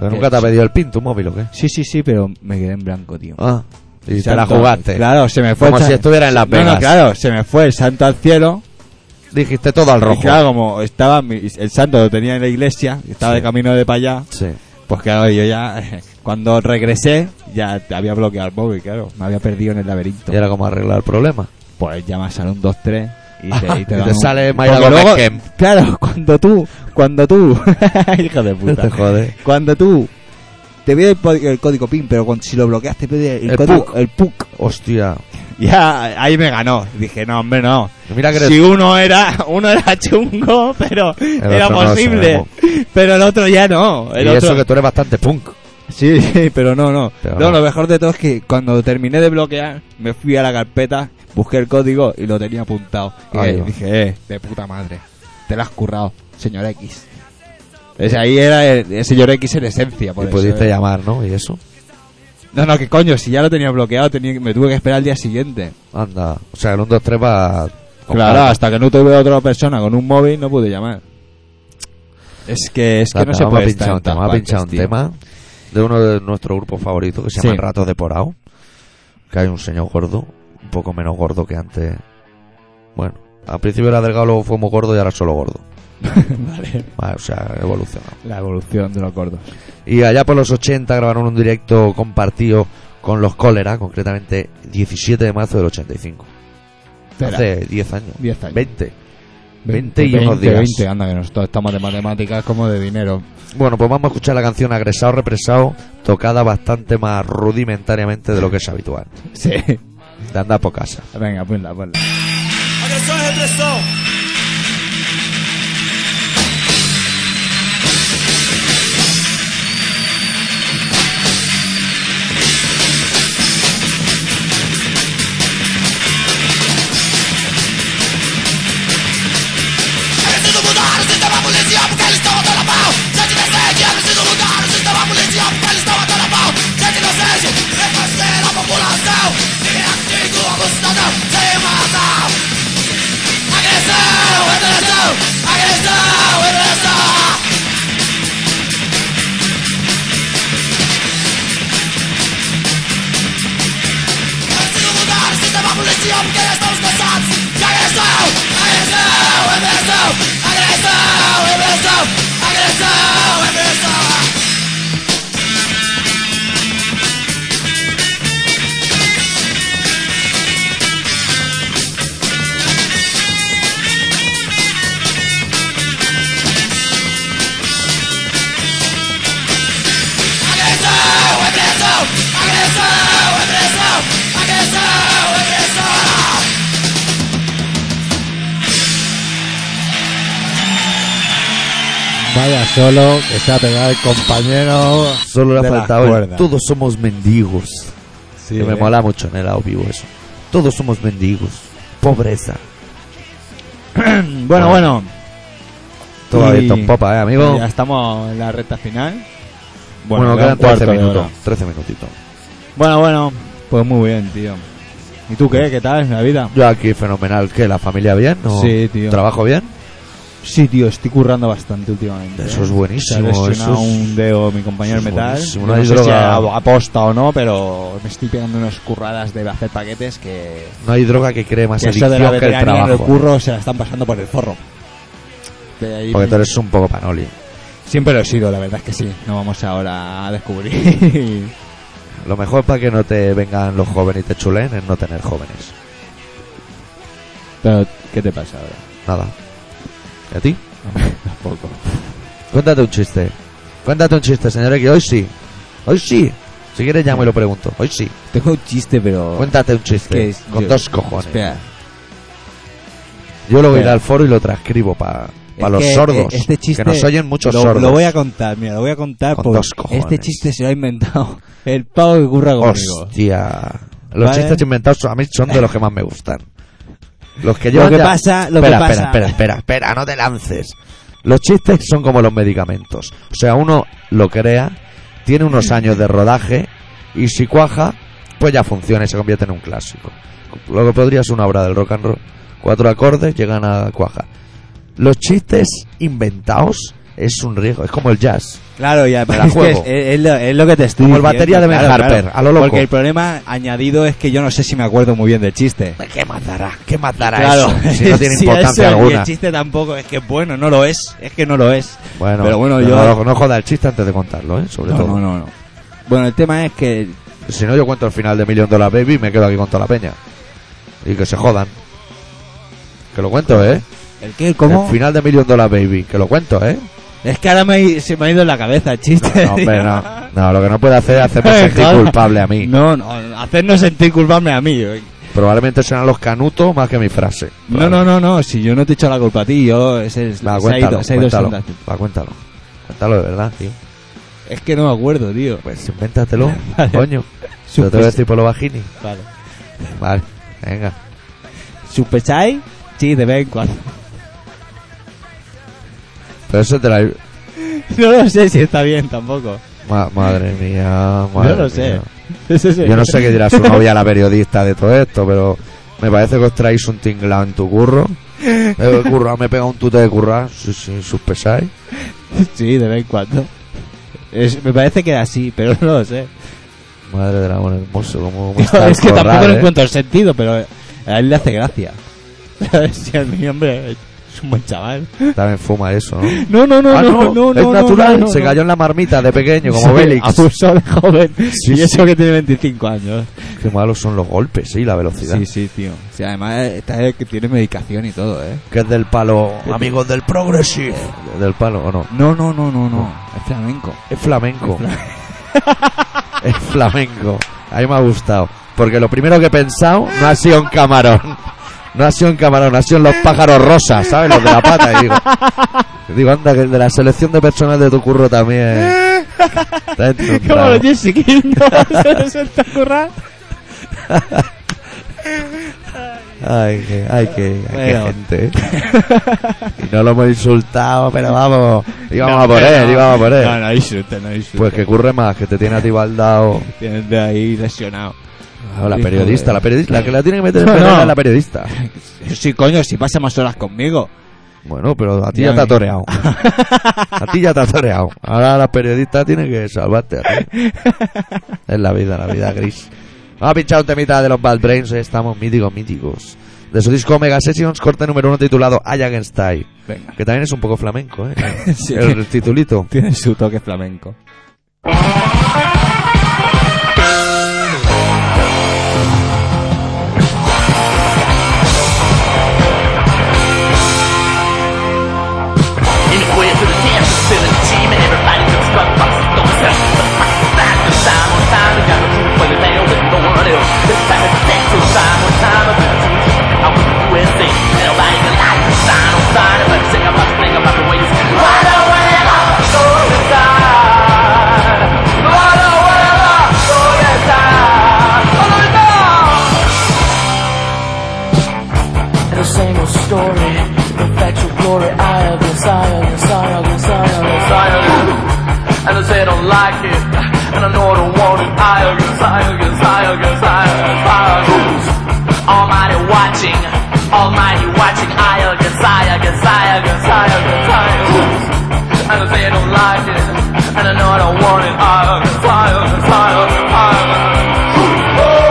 Speaker 1: ¿Pero nunca te ha pedido el pin tu móvil o qué?
Speaker 2: Sí, sí, sí, pero me quedé en blanco, tío.
Speaker 1: Ah, y te
Speaker 2: Santo-
Speaker 1: la jugaste.
Speaker 2: Claro, se me fue.
Speaker 1: Como
Speaker 2: el sa-
Speaker 1: si estuviera en Las
Speaker 2: No, no,
Speaker 1: Vegas.
Speaker 2: claro, se me fue el santo al cielo.
Speaker 1: Dijiste todo al rojo.
Speaker 2: Y claro, como estaba mi- el santo lo tenía en la iglesia, y estaba
Speaker 1: Sí.
Speaker 2: de camino de para allá.
Speaker 1: Sí.
Speaker 2: Pues claro, yo ya, cuando regresé, ya te había bloqueado el móvil, claro. Me había perdido en el laberinto.
Speaker 1: Y era como arreglar el problema.
Speaker 2: Pues llamas al 123 y te, y te
Speaker 1: Y
Speaker 2: dan
Speaker 1: te
Speaker 2: un-
Speaker 1: sale Mayra
Speaker 2: Porque
Speaker 1: Gómez
Speaker 2: luego-
Speaker 1: Kemp.
Speaker 2: Claro, cuando tú, cuando tú, hijo de puta,
Speaker 1: Te jode.
Speaker 2: cuando tú te pide el, po- el código PIN, pero cuando, si lo bloqueas te pide el,
Speaker 1: El
Speaker 2: código,
Speaker 1: PUC.
Speaker 2: el PUC.
Speaker 1: Hostia.
Speaker 2: Ya, ahí me ganó. Dije, no, hombre, no.
Speaker 1: Mira que eres-
Speaker 2: Si uno era, uno era chungo, pero era
Speaker 1: otro no
Speaker 2: posible. pero el otro ya no. El
Speaker 1: y
Speaker 2: otro...
Speaker 1: eso que tú eres bastante punk.
Speaker 2: Sí, sí, pero no, no.
Speaker 1: Pero
Speaker 2: no,
Speaker 1: no.
Speaker 2: lo mejor de todo es que cuando terminé de bloquear, me fui a la carpeta, busqué el código y lo tenía apuntado. Y
Speaker 1: Ahí va.
Speaker 2: dije, eh, de puta madre, te lo has currado, señor X. Ese ahí era el, el señor X en esencia, por
Speaker 1: y
Speaker 2: eso,
Speaker 1: pudiste
Speaker 2: eh.
Speaker 1: llamar, ¿no? Y eso.
Speaker 2: No, no, que coño, si ya lo tenía bloqueado, tenía, me tuve que esperar al día siguente.
Speaker 1: Anda. O sea, el 1, 2, 3 va. con
Speaker 2: Claro,
Speaker 1: calma.
Speaker 2: hasta que no tuve otra persona con un móvil no pude llamar. Es que, es que
Speaker 1: Tata,
Speaker 2: no se
Speaker 1: vamos a
Speaker 2: puede estar
Speaker 1: pinchar un
Speaker 2: en todas
Speaker 1: tema. Vamos a pinchar un
Speaker 2: partes, tío.
Speaker 1: tema de uno de nuestros grupos favoritos que se
Speaker 2: Sí.
Speaker 1: llama Ratos de Porao. Que hay un señor gordo, un poco menos gordo que antes. Bueno, al principio era delgado, luego fue muy gordo y ahora solo gordo.
Speaker 2: Vale.
Speaker 1: Vale, o sea, ha evolucionado.
Speaker 2: La evolución de los gordos.
Speaker 1: Y allá por los 80 grabaron un directo compartido con los cólera, concretamente 17 de marzo del 85.
Speaker 2: Espera.
Speaker 1: Hace 10 años.
Speaker 2: 10 años.
Speaker 1: 20. 20 y unos días.
Speaker 2: 20, anda, que nosotros estamos de matemáticas como de dinero.
Speaker 1: Bueno, pues vamos a escuchar la canción Agresado, Represado, tocada bastante más rudimentariamente de lo que es habitual.
Speaker 2: Sí.
Speaker 1: De andar por casa.
Speaker 2: Venga, ponla, ponla.
Speaker 3: Agresor es agresor. Preciso mudar o sistema policial porque ele estava toda pau. Gente decente, é preciso mudar o sistema policial porque ele estava toda pau. Gente inocente, refazer a população. Ninguém aqui como cidadão se mata. Agressão.
Speaker 2: Vaya solo que se ha pegado el compañero.
Speaker 1: Solo le
Speaker 2: de
Speaker 1: ha
Speaker 2: la
Speaker 1: faltado el
Speaker 2: cuerda.
Speaker 1: Todos somos mendigos.
Speaker 2: Sí,
Speaker 1: que me
Speaker 2: eh.
Speaker 1: mola mucho en el lado vivo eso. Todos somos mendigos. Pobreza.
Speaker 2: Bueno,
Speaker 1: Bueno.
Speaker 2: bueno.
Speaker 1: Todo
Speaker 2: Y-
Speaker 1: abierto en popa, ¿eh, amigo?
Speaker 2: Ya estamos en la recta final.
Speaker 1: Bueno,
Speaker 2: queda
Speaker 1: quedan
Speaker 2: un cuarto
Speaker 1: 13
Speaker 2: de
Speaker 1: minutos.
Speaker 2: hora.
Speaker 1: 13 minutitos.
Speaker 2: Bueno, bueno. Pues muy bien, tío. ¿Y tú qué? ¿Qué tal la vida?
Speaker 1: Yo aquí fenomenal. ¿Qué? ¿La familia bien? ¿No?
Speaker 2: Sí, tío.
Speaker 1: ¿Trabajo bien?
Speaker 2: Sí, tío, estoy currando bastante últimamente.
Speaker 1: Eso es
Speaker 2: ¿eh?
Speaker 1: buenísimo,
Speaker 2: Se ha
Speaker 1: eso
Speaker 2: lesionado
Speaker 1: es-
Speaker 2: un dedo mi compañero
Speaker 1: eso es
Speaker 2: metal.
Speaker 1: buenísimo,
Speaker 2: Yo
Speaker 1: no
Speaker 2: No
Speaker 1: hay
Speaker 2: sé si
Speaker 1: droga.
Speaker 2: a- aposta o no, pero me estoy pegando unas curradas de hacer paquetes que...
Speaker 1: No hay droga que cree más
Speaker 2: que eso
Speaker 1: adicción
Speaker 2: de la
Speaker 1: que el
Speaker 2: veteranía en el
Speaker 1: trabajo.
Speaker 2: curro se la están pasando por el forro. De ahí-
Speaker 1: Porque tú eres un poco panoli.
Speaker 2: Siempre lo he sido, la verdad es que sí. No vamos ahora a descubrir.
Speaker 1: Lo mejor para que no te vengan los jóvenes y te chulen es no tener jóvenes.
Speaker 2: pero, ¿qué te pasa ahora?
Speaker 1: Nada. ¿Y a ti?
Speaker 2: Tampoco.
Speaker 1: Cuéntate un chiste. Cuéntate un chiste, señores, que hoy sí. Hoy sí. Si quieres ya me lo pregunto. Hoy sí.
Speaker 2: Tengo un chiste, pero...
Speaker 1: Cuéntate un chiste.
Speaker 2: es-
Speaker 1: con
Speaker 2: yo-
Speaker 1: dos cojones.
Speaker 2: Espera.
Speaker 1: Yo luego iré
Speaker 2: espera.
Speaker 1: al foro y lo transcribo para
Speaker 2: Es
Speaker 1: los
Speaker 2: que,
Speaker 1: sordos.
Speaker 2: eh, este chiste
Speaker 1: que nos oyen muchos
Speaker 2: lo,
Speaker 1: sordos.
Speaker 2: Lo voy a contar, mira, lo voy a contar
Speaker 1: Con
Speaker 2: porque
Speaker 1: dos cojones.
Speaker 2: este chiste se lo ha inventado el pavo que curra conmigo.
Speaker 1: Hostia. Los
Speaker 2: Vale.
Speaker 1: chistes inventados a mí son de los que más me gustan. Los que yo
Speaker 2: Lo que pasa- lo que
Speaker 1: espera,
Speaker 2: pasa-
Speaker 1: Espera, espera, espera, espera, no te lances. Los chistes son como los medicamentos. O sea, uno lo crea, tiene unos años de rodaje y si cuaja, pues ya funciona y se convierte en un clásico. Lo que podría ser una obra del rock and roll. Cuatro acordes llegan a cuaja. Los chistes inventados es un riesgo, es como el jazz.
Speaker 2: Claro, ya,
Speaker 1: Me la
Speaker 2: es, que
Speaker 1: juego.
Speaker 2: es- es- es lo, es lo que te estoy
Speaker 1: Como el
Speaker 2: diciendo,
Speaker 1: batería de Ben
Speaker 2: claro,
Speaker 1: Harper,
Speaker 2: claro.
Speaker 1: a lo loco.
Speaker 2: Porque el problema añadido es que yo no sé si me acuerdo muy bien del chiste.
Speaker 1: ¿Qué más dará? ¿Qué más dará
Speaker 2: Claro,
Speaker 1: eso? Si no tiene
Speaker 2: Sí,
Speaker 1: importancia
Speaker 2: eso, Y
Speaker 1: alguna.
Speaker 2: el chiste tampoco es que es bueno, no lo es, es que no lo es.
Speaker 1: Bueno,
Speaker 2: Pero bueno, yo-
Speaker 1: No, no joda el chiste antes de contarlo, ¿eh? Sobre
Speaker 2: No,
Speaker 1: todo.
Speaker 2: no, no, no. Bueno, el tema es que
Speaker 1: Si no, yo cuento el final de Million Dollar Baby y me quedo aquí con toda la peña. Y que se jodan. Que lo cuento, ¿eh?
Speaker 2: el qué, el cómo,
Speaker 1: El final de Million Dollar Baby. Que lo cuento, ¿eh?
Speaker 2: es que ahora me, ha i- se me ha ido en la cabeza el chiste.
Speaker 1: No, hombre, no. No, lo que no puede hacer es hacerme sentir
Speaker 2: Joder.
Speaker 1: culpable a mí.
Speaker 2: No, no, hacernos sentir culpable a mí.
Speaker 1: Probablemente serán los canutos más que mi frase.
Speaker 2: No, no, no, no, si yo no te he hecho la culpa a ti, yo ese es
Speaker 1: Va,
Speaker 2: se ha
Speaker 1: cuéntalo,
Speaker 2: ido, se ha ido
Speaker 1: cuéntalo,
Speaker 2: soltando.
Speaker 1: va, cuéntalo. Cuéntalo de verdad, tío.
Speaker 2: Es que no me acuerdo, tío.
Speaker 1: Pues invéntatelo,
Speaker 2: Vale.
Speaker 1: coño. Yo te voy a decir por lo bajini.
Speaker 2: Vale.
Speaker 1: Vale, venga.
Speaker 2: ¿Sospecháis? Sí, de vez en cuando.
Speaker 1: Pero eso te la...
Speaker 2: No lo sé si está bien tampoco.
Speaker 1: Ma- madre mía, madre
Speaker 2: no lo sé.
Speaker 1: mía. Yo no sé qué dirá su novia, la periodista de todo esto, pero me parece que os traéis un tinglado en tu curro. El curra, me pega un tute de curra, si, si suspesáis.
Speaker 2: Sí, de vez en cuando. Es- me parece que era así, pero no lo sé.
Speaker 1: Madre del amor hermoso, como
Speaker 2: es que tampoco
Speaker 1: ¿eh?
Speaker 2: le encuentro el sentido, pero a él le hace gracia. si al mi hombre es un buen chaval.
Speaker 1: También fuma eso, ¿no?
Speaker 2: No, no, no,
Speaker 1: Ah,
Speaker 2: no, no, no,
Speaker 1: es
Speaker 2: no,
Speaker 1: natural,
Speaker 2: no, ah, pues. no,
Speaker 1: se
Speaker 2: no.
Speaker 1: cayó en la marmita de pequeño, como
Speaker 2: Se
Speaker 1: Bélix.
Speaker 2: Abusó de joven.
Speaker 1: Sí,
Speaker 2: y eso que tiene 25 años.
Speaker 1: Qué malos son los golpes, sí, la velocidad.
Speaker 2: sí, tío. Sí, además está el que tiene medicación y todo, ¿eh?
Speaker 1: Que es del palo, amigos del Progressive. Del palo, ¿o no?
Speaker 2: No, no, no, no, no. Es flamenco.
Speaker 1: Es flamenco. es flamenco. A mí me ha gustado. Porque lo primero que he pensado no ha sido un camarón. No ha sido un camarón, ha sido en los pájaros rosas, ¿sabes? Los de la pata. Y digo, digo, anda, que el de la selección de personas de tu curro también. Está hecho un
Speaker 2: Como
Speaker 1: trago.
Speaker 2: los Jesse King, no se les está currar.
Speaker 1: Ay, que, ay, que, ay, que
Speaker 2: Bueno.
Speaker 1: gente. ¿eh? Y no lo hemos insultado, pero vamos. Íbamos
Speaker 2: No,
Speaker 1: a por
Speaker 2: pero
Speaker 1: él,
Speaker 2: no.
Speaker 1: íbamos a por él.
Speaker 2: No, no insulta, no insulta.
Speaker 1: Pues que curre más, que te tiene a ti baldao.
Speaker 2: Tienes de ahí lesionado.
Speaker 1: Ah, la
Speaker 2: Sí,
Speaker 1: periodista,
Speaker 2: joder.
Speaker 1: la periodista, la que la tiene que meter en
Speaker 2: No,
Speaker 1: pelea
Speaker 2: no.
Speaker 1: es la periodista.
Speaker 2: Sí, coño, si pasa más horas conmigo.
Speaker 1: Bueno, pero a ti ya
Speaker 2: Ya
Speaker 1: te ha
Speaker 2: ves.
Speaker 1: toreado. A ti ya te ha toreado. Ahora la periodista tiene que salvarte. a ti. Es la vida, la vida gris. Vamos a pinchar un temita de los Bad Brains, eh, estamos míticos, míticos. De su disco Mega Sessions, corte número uno titulado I Against Style,
Speaker 2: Venga.
Speaker 1: que también es un poco flamenco, ¿eh?
Speaker 2: Sí.
Speaker 1: El titulito.
Speaker 2: Tiene su toque flamenco.
Speaker 4: In the way to the dance, to the team, and everybody just got busted on the sound. Time to time on time, I got a truth for the man with no one else. This time it's sex on time on time, I'm gonna do it. I want to do it, sing. Nobody can lie. Sign on sign, if I sing about the thing about the way you sing. Why the way I
Speaker 5: perfect your glory. I have Messiah, Messiah, Messiah, Messiah.
Speaker 4: And I say I don't like it, and I know I don't want it. I guess, I guess, I guess, I guess, I guess. Almighty watching, Almighty watching. I guess, I guess, I guess, I guess, I guess. And I say I don't like it, and I know I don't want it. I guess, I guess, I guess, I guess.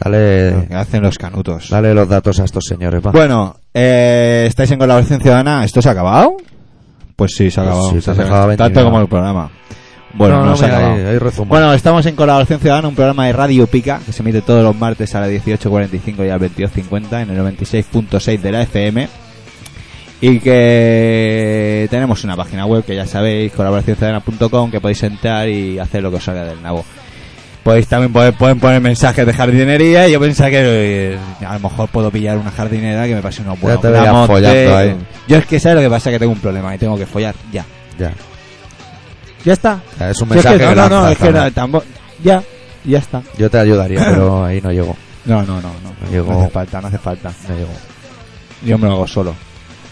Speaker 1: Dale,
Speaker 2: que hacen los canutos.
Speaker 1: dale los datos a estos señores, va.
Speaker 2: Bueno, eh, ¿estáis en colaboración ciudadana? ¿Esto se ha acabado? Pues sí, se ha
Speaker 1: Pues
Speaker 2: acabado.
Speaker 1: sí, se ha
Speaker 2: Se ha
Speaker 1: acabado
Speaker 2: Tanto
Speaker 1: 29.
Speaker 2: como el programa. Bueno, no,
Speaker 1: no,
Speaker 2: se ha
Speaker 1: mira,
Speaker 2: acabado.
Speaker 1: ahí- ahí resumo.
Speaker 2: Bueno, estamos en Colaboración Ciudadana, un programa de Radio Pica que se emite todos los martes a las 18.45 y a las 22.50 en el 96.6 de la FM. Y que tenemos una página web que ya sabéis, colaboracionciudadana.com, que podéis entrar y hacer lo que os salga del nabo. Podéis también poder, pueden poner mensajes de jardinería. Yo pensaba que eh, a lo mejor puedo pillar una jardinera que me pase unos buenos
Speaker 1: te veía
Speaker 2: gramotes.
Speaker 1: follando ahí.
Speaker 2: Yo es que sabes lo que pasa, que tengo un problema y tengo que follar ya.
Speaker 1: Ya.
Speaker 2: Ya está.
Speaker 1: Ya, Es un
Speaker 2: Si es
Speaker 1: mensaje
Speaker 2: que- no, no, no,
Speaker 1: lanzas
Speaker 2: es que
Speaker 1: también.
Speaker 2: era tambo- Ya, ya está.
Speaker 1: Yo te ayudaría, pero ahí no llegó.
Speaker 2: No, no, no, no.
Speaker 1: Llegó.
Speaker 2: No hace falta, no hace falta.
Speaker 1: No llegó.
Speaker 2: Yo me lo hago solo.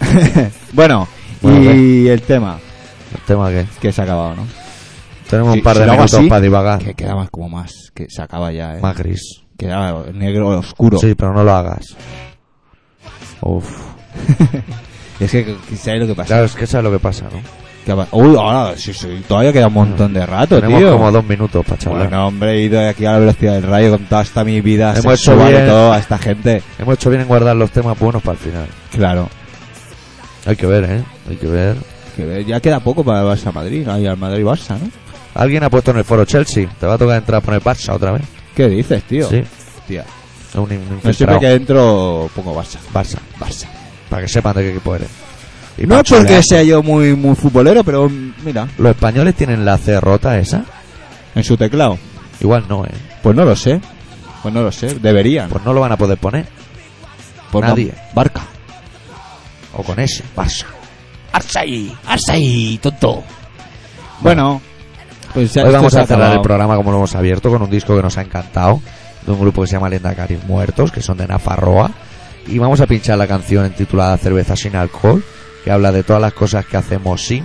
Speaker 2: bueno, pues.
Speaker 1: Bueno,
Speaker 2: y el tema
Speaker 1: El tema que
Speaker 2: que se ha acabado, ¿no?
Speaker 1: tenemos
Speaker 2: Sí,
Speaker 1: un par
Speaker 2: si
Speaker 1: de
Speaker 2: lo hago
Speaker 1: minutos
Speaker 2: así,
Speaker 1: para divagar.
Speaker 2: Que queda más como más, que se acaba ya, ¿eh?
Speaker 1: Más gris.
Speaker 2: Queda negro oscuro.
Speaker 1: Sí, pero no lo hagas. Uf.
Speaker 2: Es que, que- ¿sabes lo que pasa?
Speaker 1: Claro, es que eso es lo que pasa, ¿no?
Speaker 2: Que va- Uy, ahora, sí, sí, todavía queda un montón de rato,
Speaker 1: Tenemos
Speaker 2: tío.
Speaker 1: como dos minutos para charlar.
Speaker 2: bueno, hombre, he ido aquí a la velocidad del rayo con toda esta mi vida
Speaker 1: Hemos hecho
Speaker 2: sexual y
Speaker 1: bien.
Speaker 2: todo a esta gente.
Speaker 1: Hemos hecho bien en guardar los temas buenos para el final.
Speaker 2: Claro.
Speaker 1: Hay que ver, ¿eh? Hay que ver.
Speaker 2: Que ve- ya queda poco para el Barça-Madrid, ¿no? Y al Madrid-Barça, ¿no?
Speaker 1: Alguien ha puesto en el foro Chelsea. Te va a tocar entrar a poner Barça otra vez.
Speaker 2: ¿Qué dices, tío?
Speaker 1: Sí.
Speaker 2: Hostia.
Speaker 1: Es un in-
Speaker 2: No siempre
Speaker 1: infiltrado.
Speaker 2: que entro pongo Barça.
Speaker 1: Barça.
Speaker 2: Barça.
Speaker 1: Para que sepan de qué equipo eres. Y
Speaker 2: No
Speaker 1: para
Speaker 2: es porque
Speaker 1: chulear.
Speaker 2: sea yo muy, muy futbolero, pero mm, mira,
Speaker 1: ¿Los españoles tienen la C rota esa?
Speaker 2: en su teclado.
Speaker 1: Igual no, ¿eh?
Speaker 2: Pues no lo sé. Pues no lo sé. Deberían.
Speaker 1: Pues no lo van a poder poner.
Speaker 2: Pues no.
Speaker 1: nadie.
Speaker 2: Barca.
Speaker 1: O con ese. Barça.
Speaker 3: Arsay, Arsay, tonto.
Speaker 2: Bueno. Pues ya
Speaker 1: Hoy
Speaker 2: esto
Speaker 1: vamos
Speaker 2: se ha
Speaker 1: a cerrar el
Speaker 2: acabado.
Speaker 1: programa como lo hemos abierto con un disco que nos ha encantado de un grupo que se llama Lenda Caris Muertos, que son de Nafarroa. Y vamos a pinchar la canción titulada Cerveza sin alcohol, que habla de todas las cosas que hacemos sin,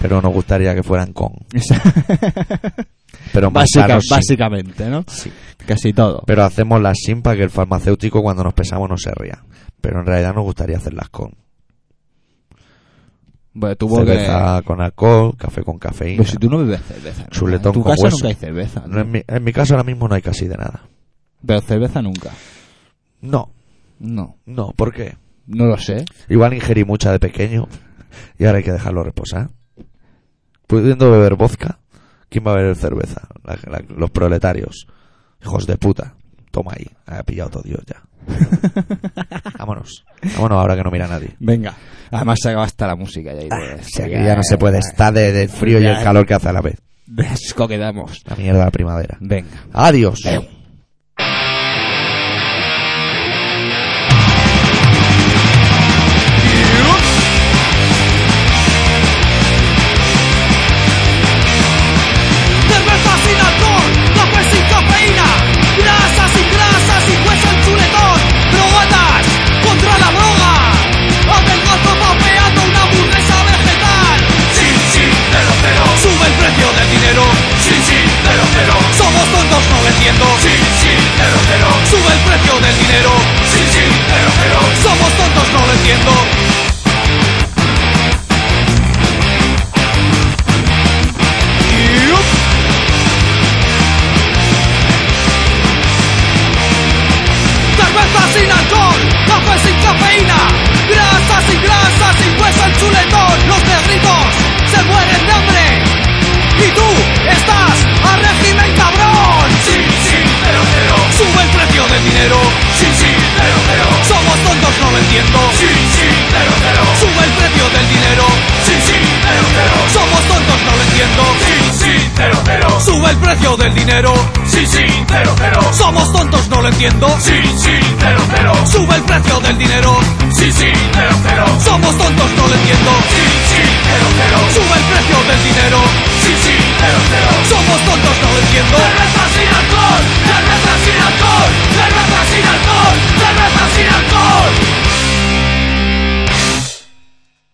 Speaker 1: pero nos gustaría que fueran con. Pero más
Speaker 2: Básica-
Speaker 1: sanos sin.
Speaker 2: básicamente, ¿no?
Speaker 1: Sí.
Speaker 2: Casi todo.
Speaker 1: Pero hacemos las sin para que el farmacéutico cuando nos pesamos no se ría. Pero en realidad nos gustaría hacerlas con.
Speaker 2: Bueno, tuvo
Speaker 1: Cerveza con alcohol, café con cafeína.
Speaker 2: Pero si tú no bebes cerveza. nunca.
Speaker 1: Chuletón
Speaker 2: en tu
Speaker 1: con
Speaker 2: casa
Speaker 1: hueso.
Speaker 2: nunca hay cerveza.
Speaker 1: No, en, mi, en mi caso ahora mismo no hay casi de nada.
Speaker 2: Pero cerveza nunca.
Speaker 1: No,
Speaker 2: No.
Speaker 1: no, ¿por qué?
Speaker 2: No lo sé.
Speaker 1: Igual ingerí mucha de pequeño y ahora hay que dejarlo reposar. Pudiendo beber vodka, ¿quién va a beber cerveza? La- la- los proletarios, hijos de puta. Toma ahí, ha pillado todo Dios ya. Vámonos. Vámonos ahora que no mira nadie.
Speaker 2: Venga. Además se acaba hasta la música ya. y todo
Speaker 1: Ah, O
Speaker 2: esto,
Speaker 1: sea que ya no se puede estar de- del frío y el calor que hace a la vez.
Speaker 2: De asco que damos.
Speaker 1: La mierda de la primavera.
Speaker 2: Venga.
Speaker 1: Adiós.
Speaker 3: Cerveza sin alcohol, café sin cafeína, grasa sin grasa, sin hueso en chuletón, drogadas contra la droga, atengazo papeando una hamburguesa vegetal. Sí, sí, cero, cero. Sube el precio del dinero. Sí, sí, cero, cero. Somos tontos, no lo entiendo. Sí, sí, cero, cero. Sube el precio del dinero. Sí, sí, cero, cero. Somos tontos, no lo entiendo. Yup. Cerveza sin alcohol, café sin cafeína, grasa sin grasa, sin hueso el chuletón. Los negritos se mueren de hambre y tú estás a régimen cabrón. Sí, sí, pero, pero. Sube el precio del dinero. Sí, sí, pero, pero. Somos tontos, no lo entiendo. Sí, sí, pero, pero. Sube el precio del dinero. Sí, sí, pero, pero. Somos tontos, no lo entiendo. Sí, sí, pero, pero. Sube el precio del dinero. Sí, sí, pero, pero. Somos tontos, no lo entiendo. Sí, sí, pero, pero. Sube el precio del dinero. Sí, sí, pero, pero. Somos tontos, no lo entiendo. Sí, sí, pero, pero. Sube el precio del dinero. Sí, sí, pero, pero. Somos tontos, no lo entiendo.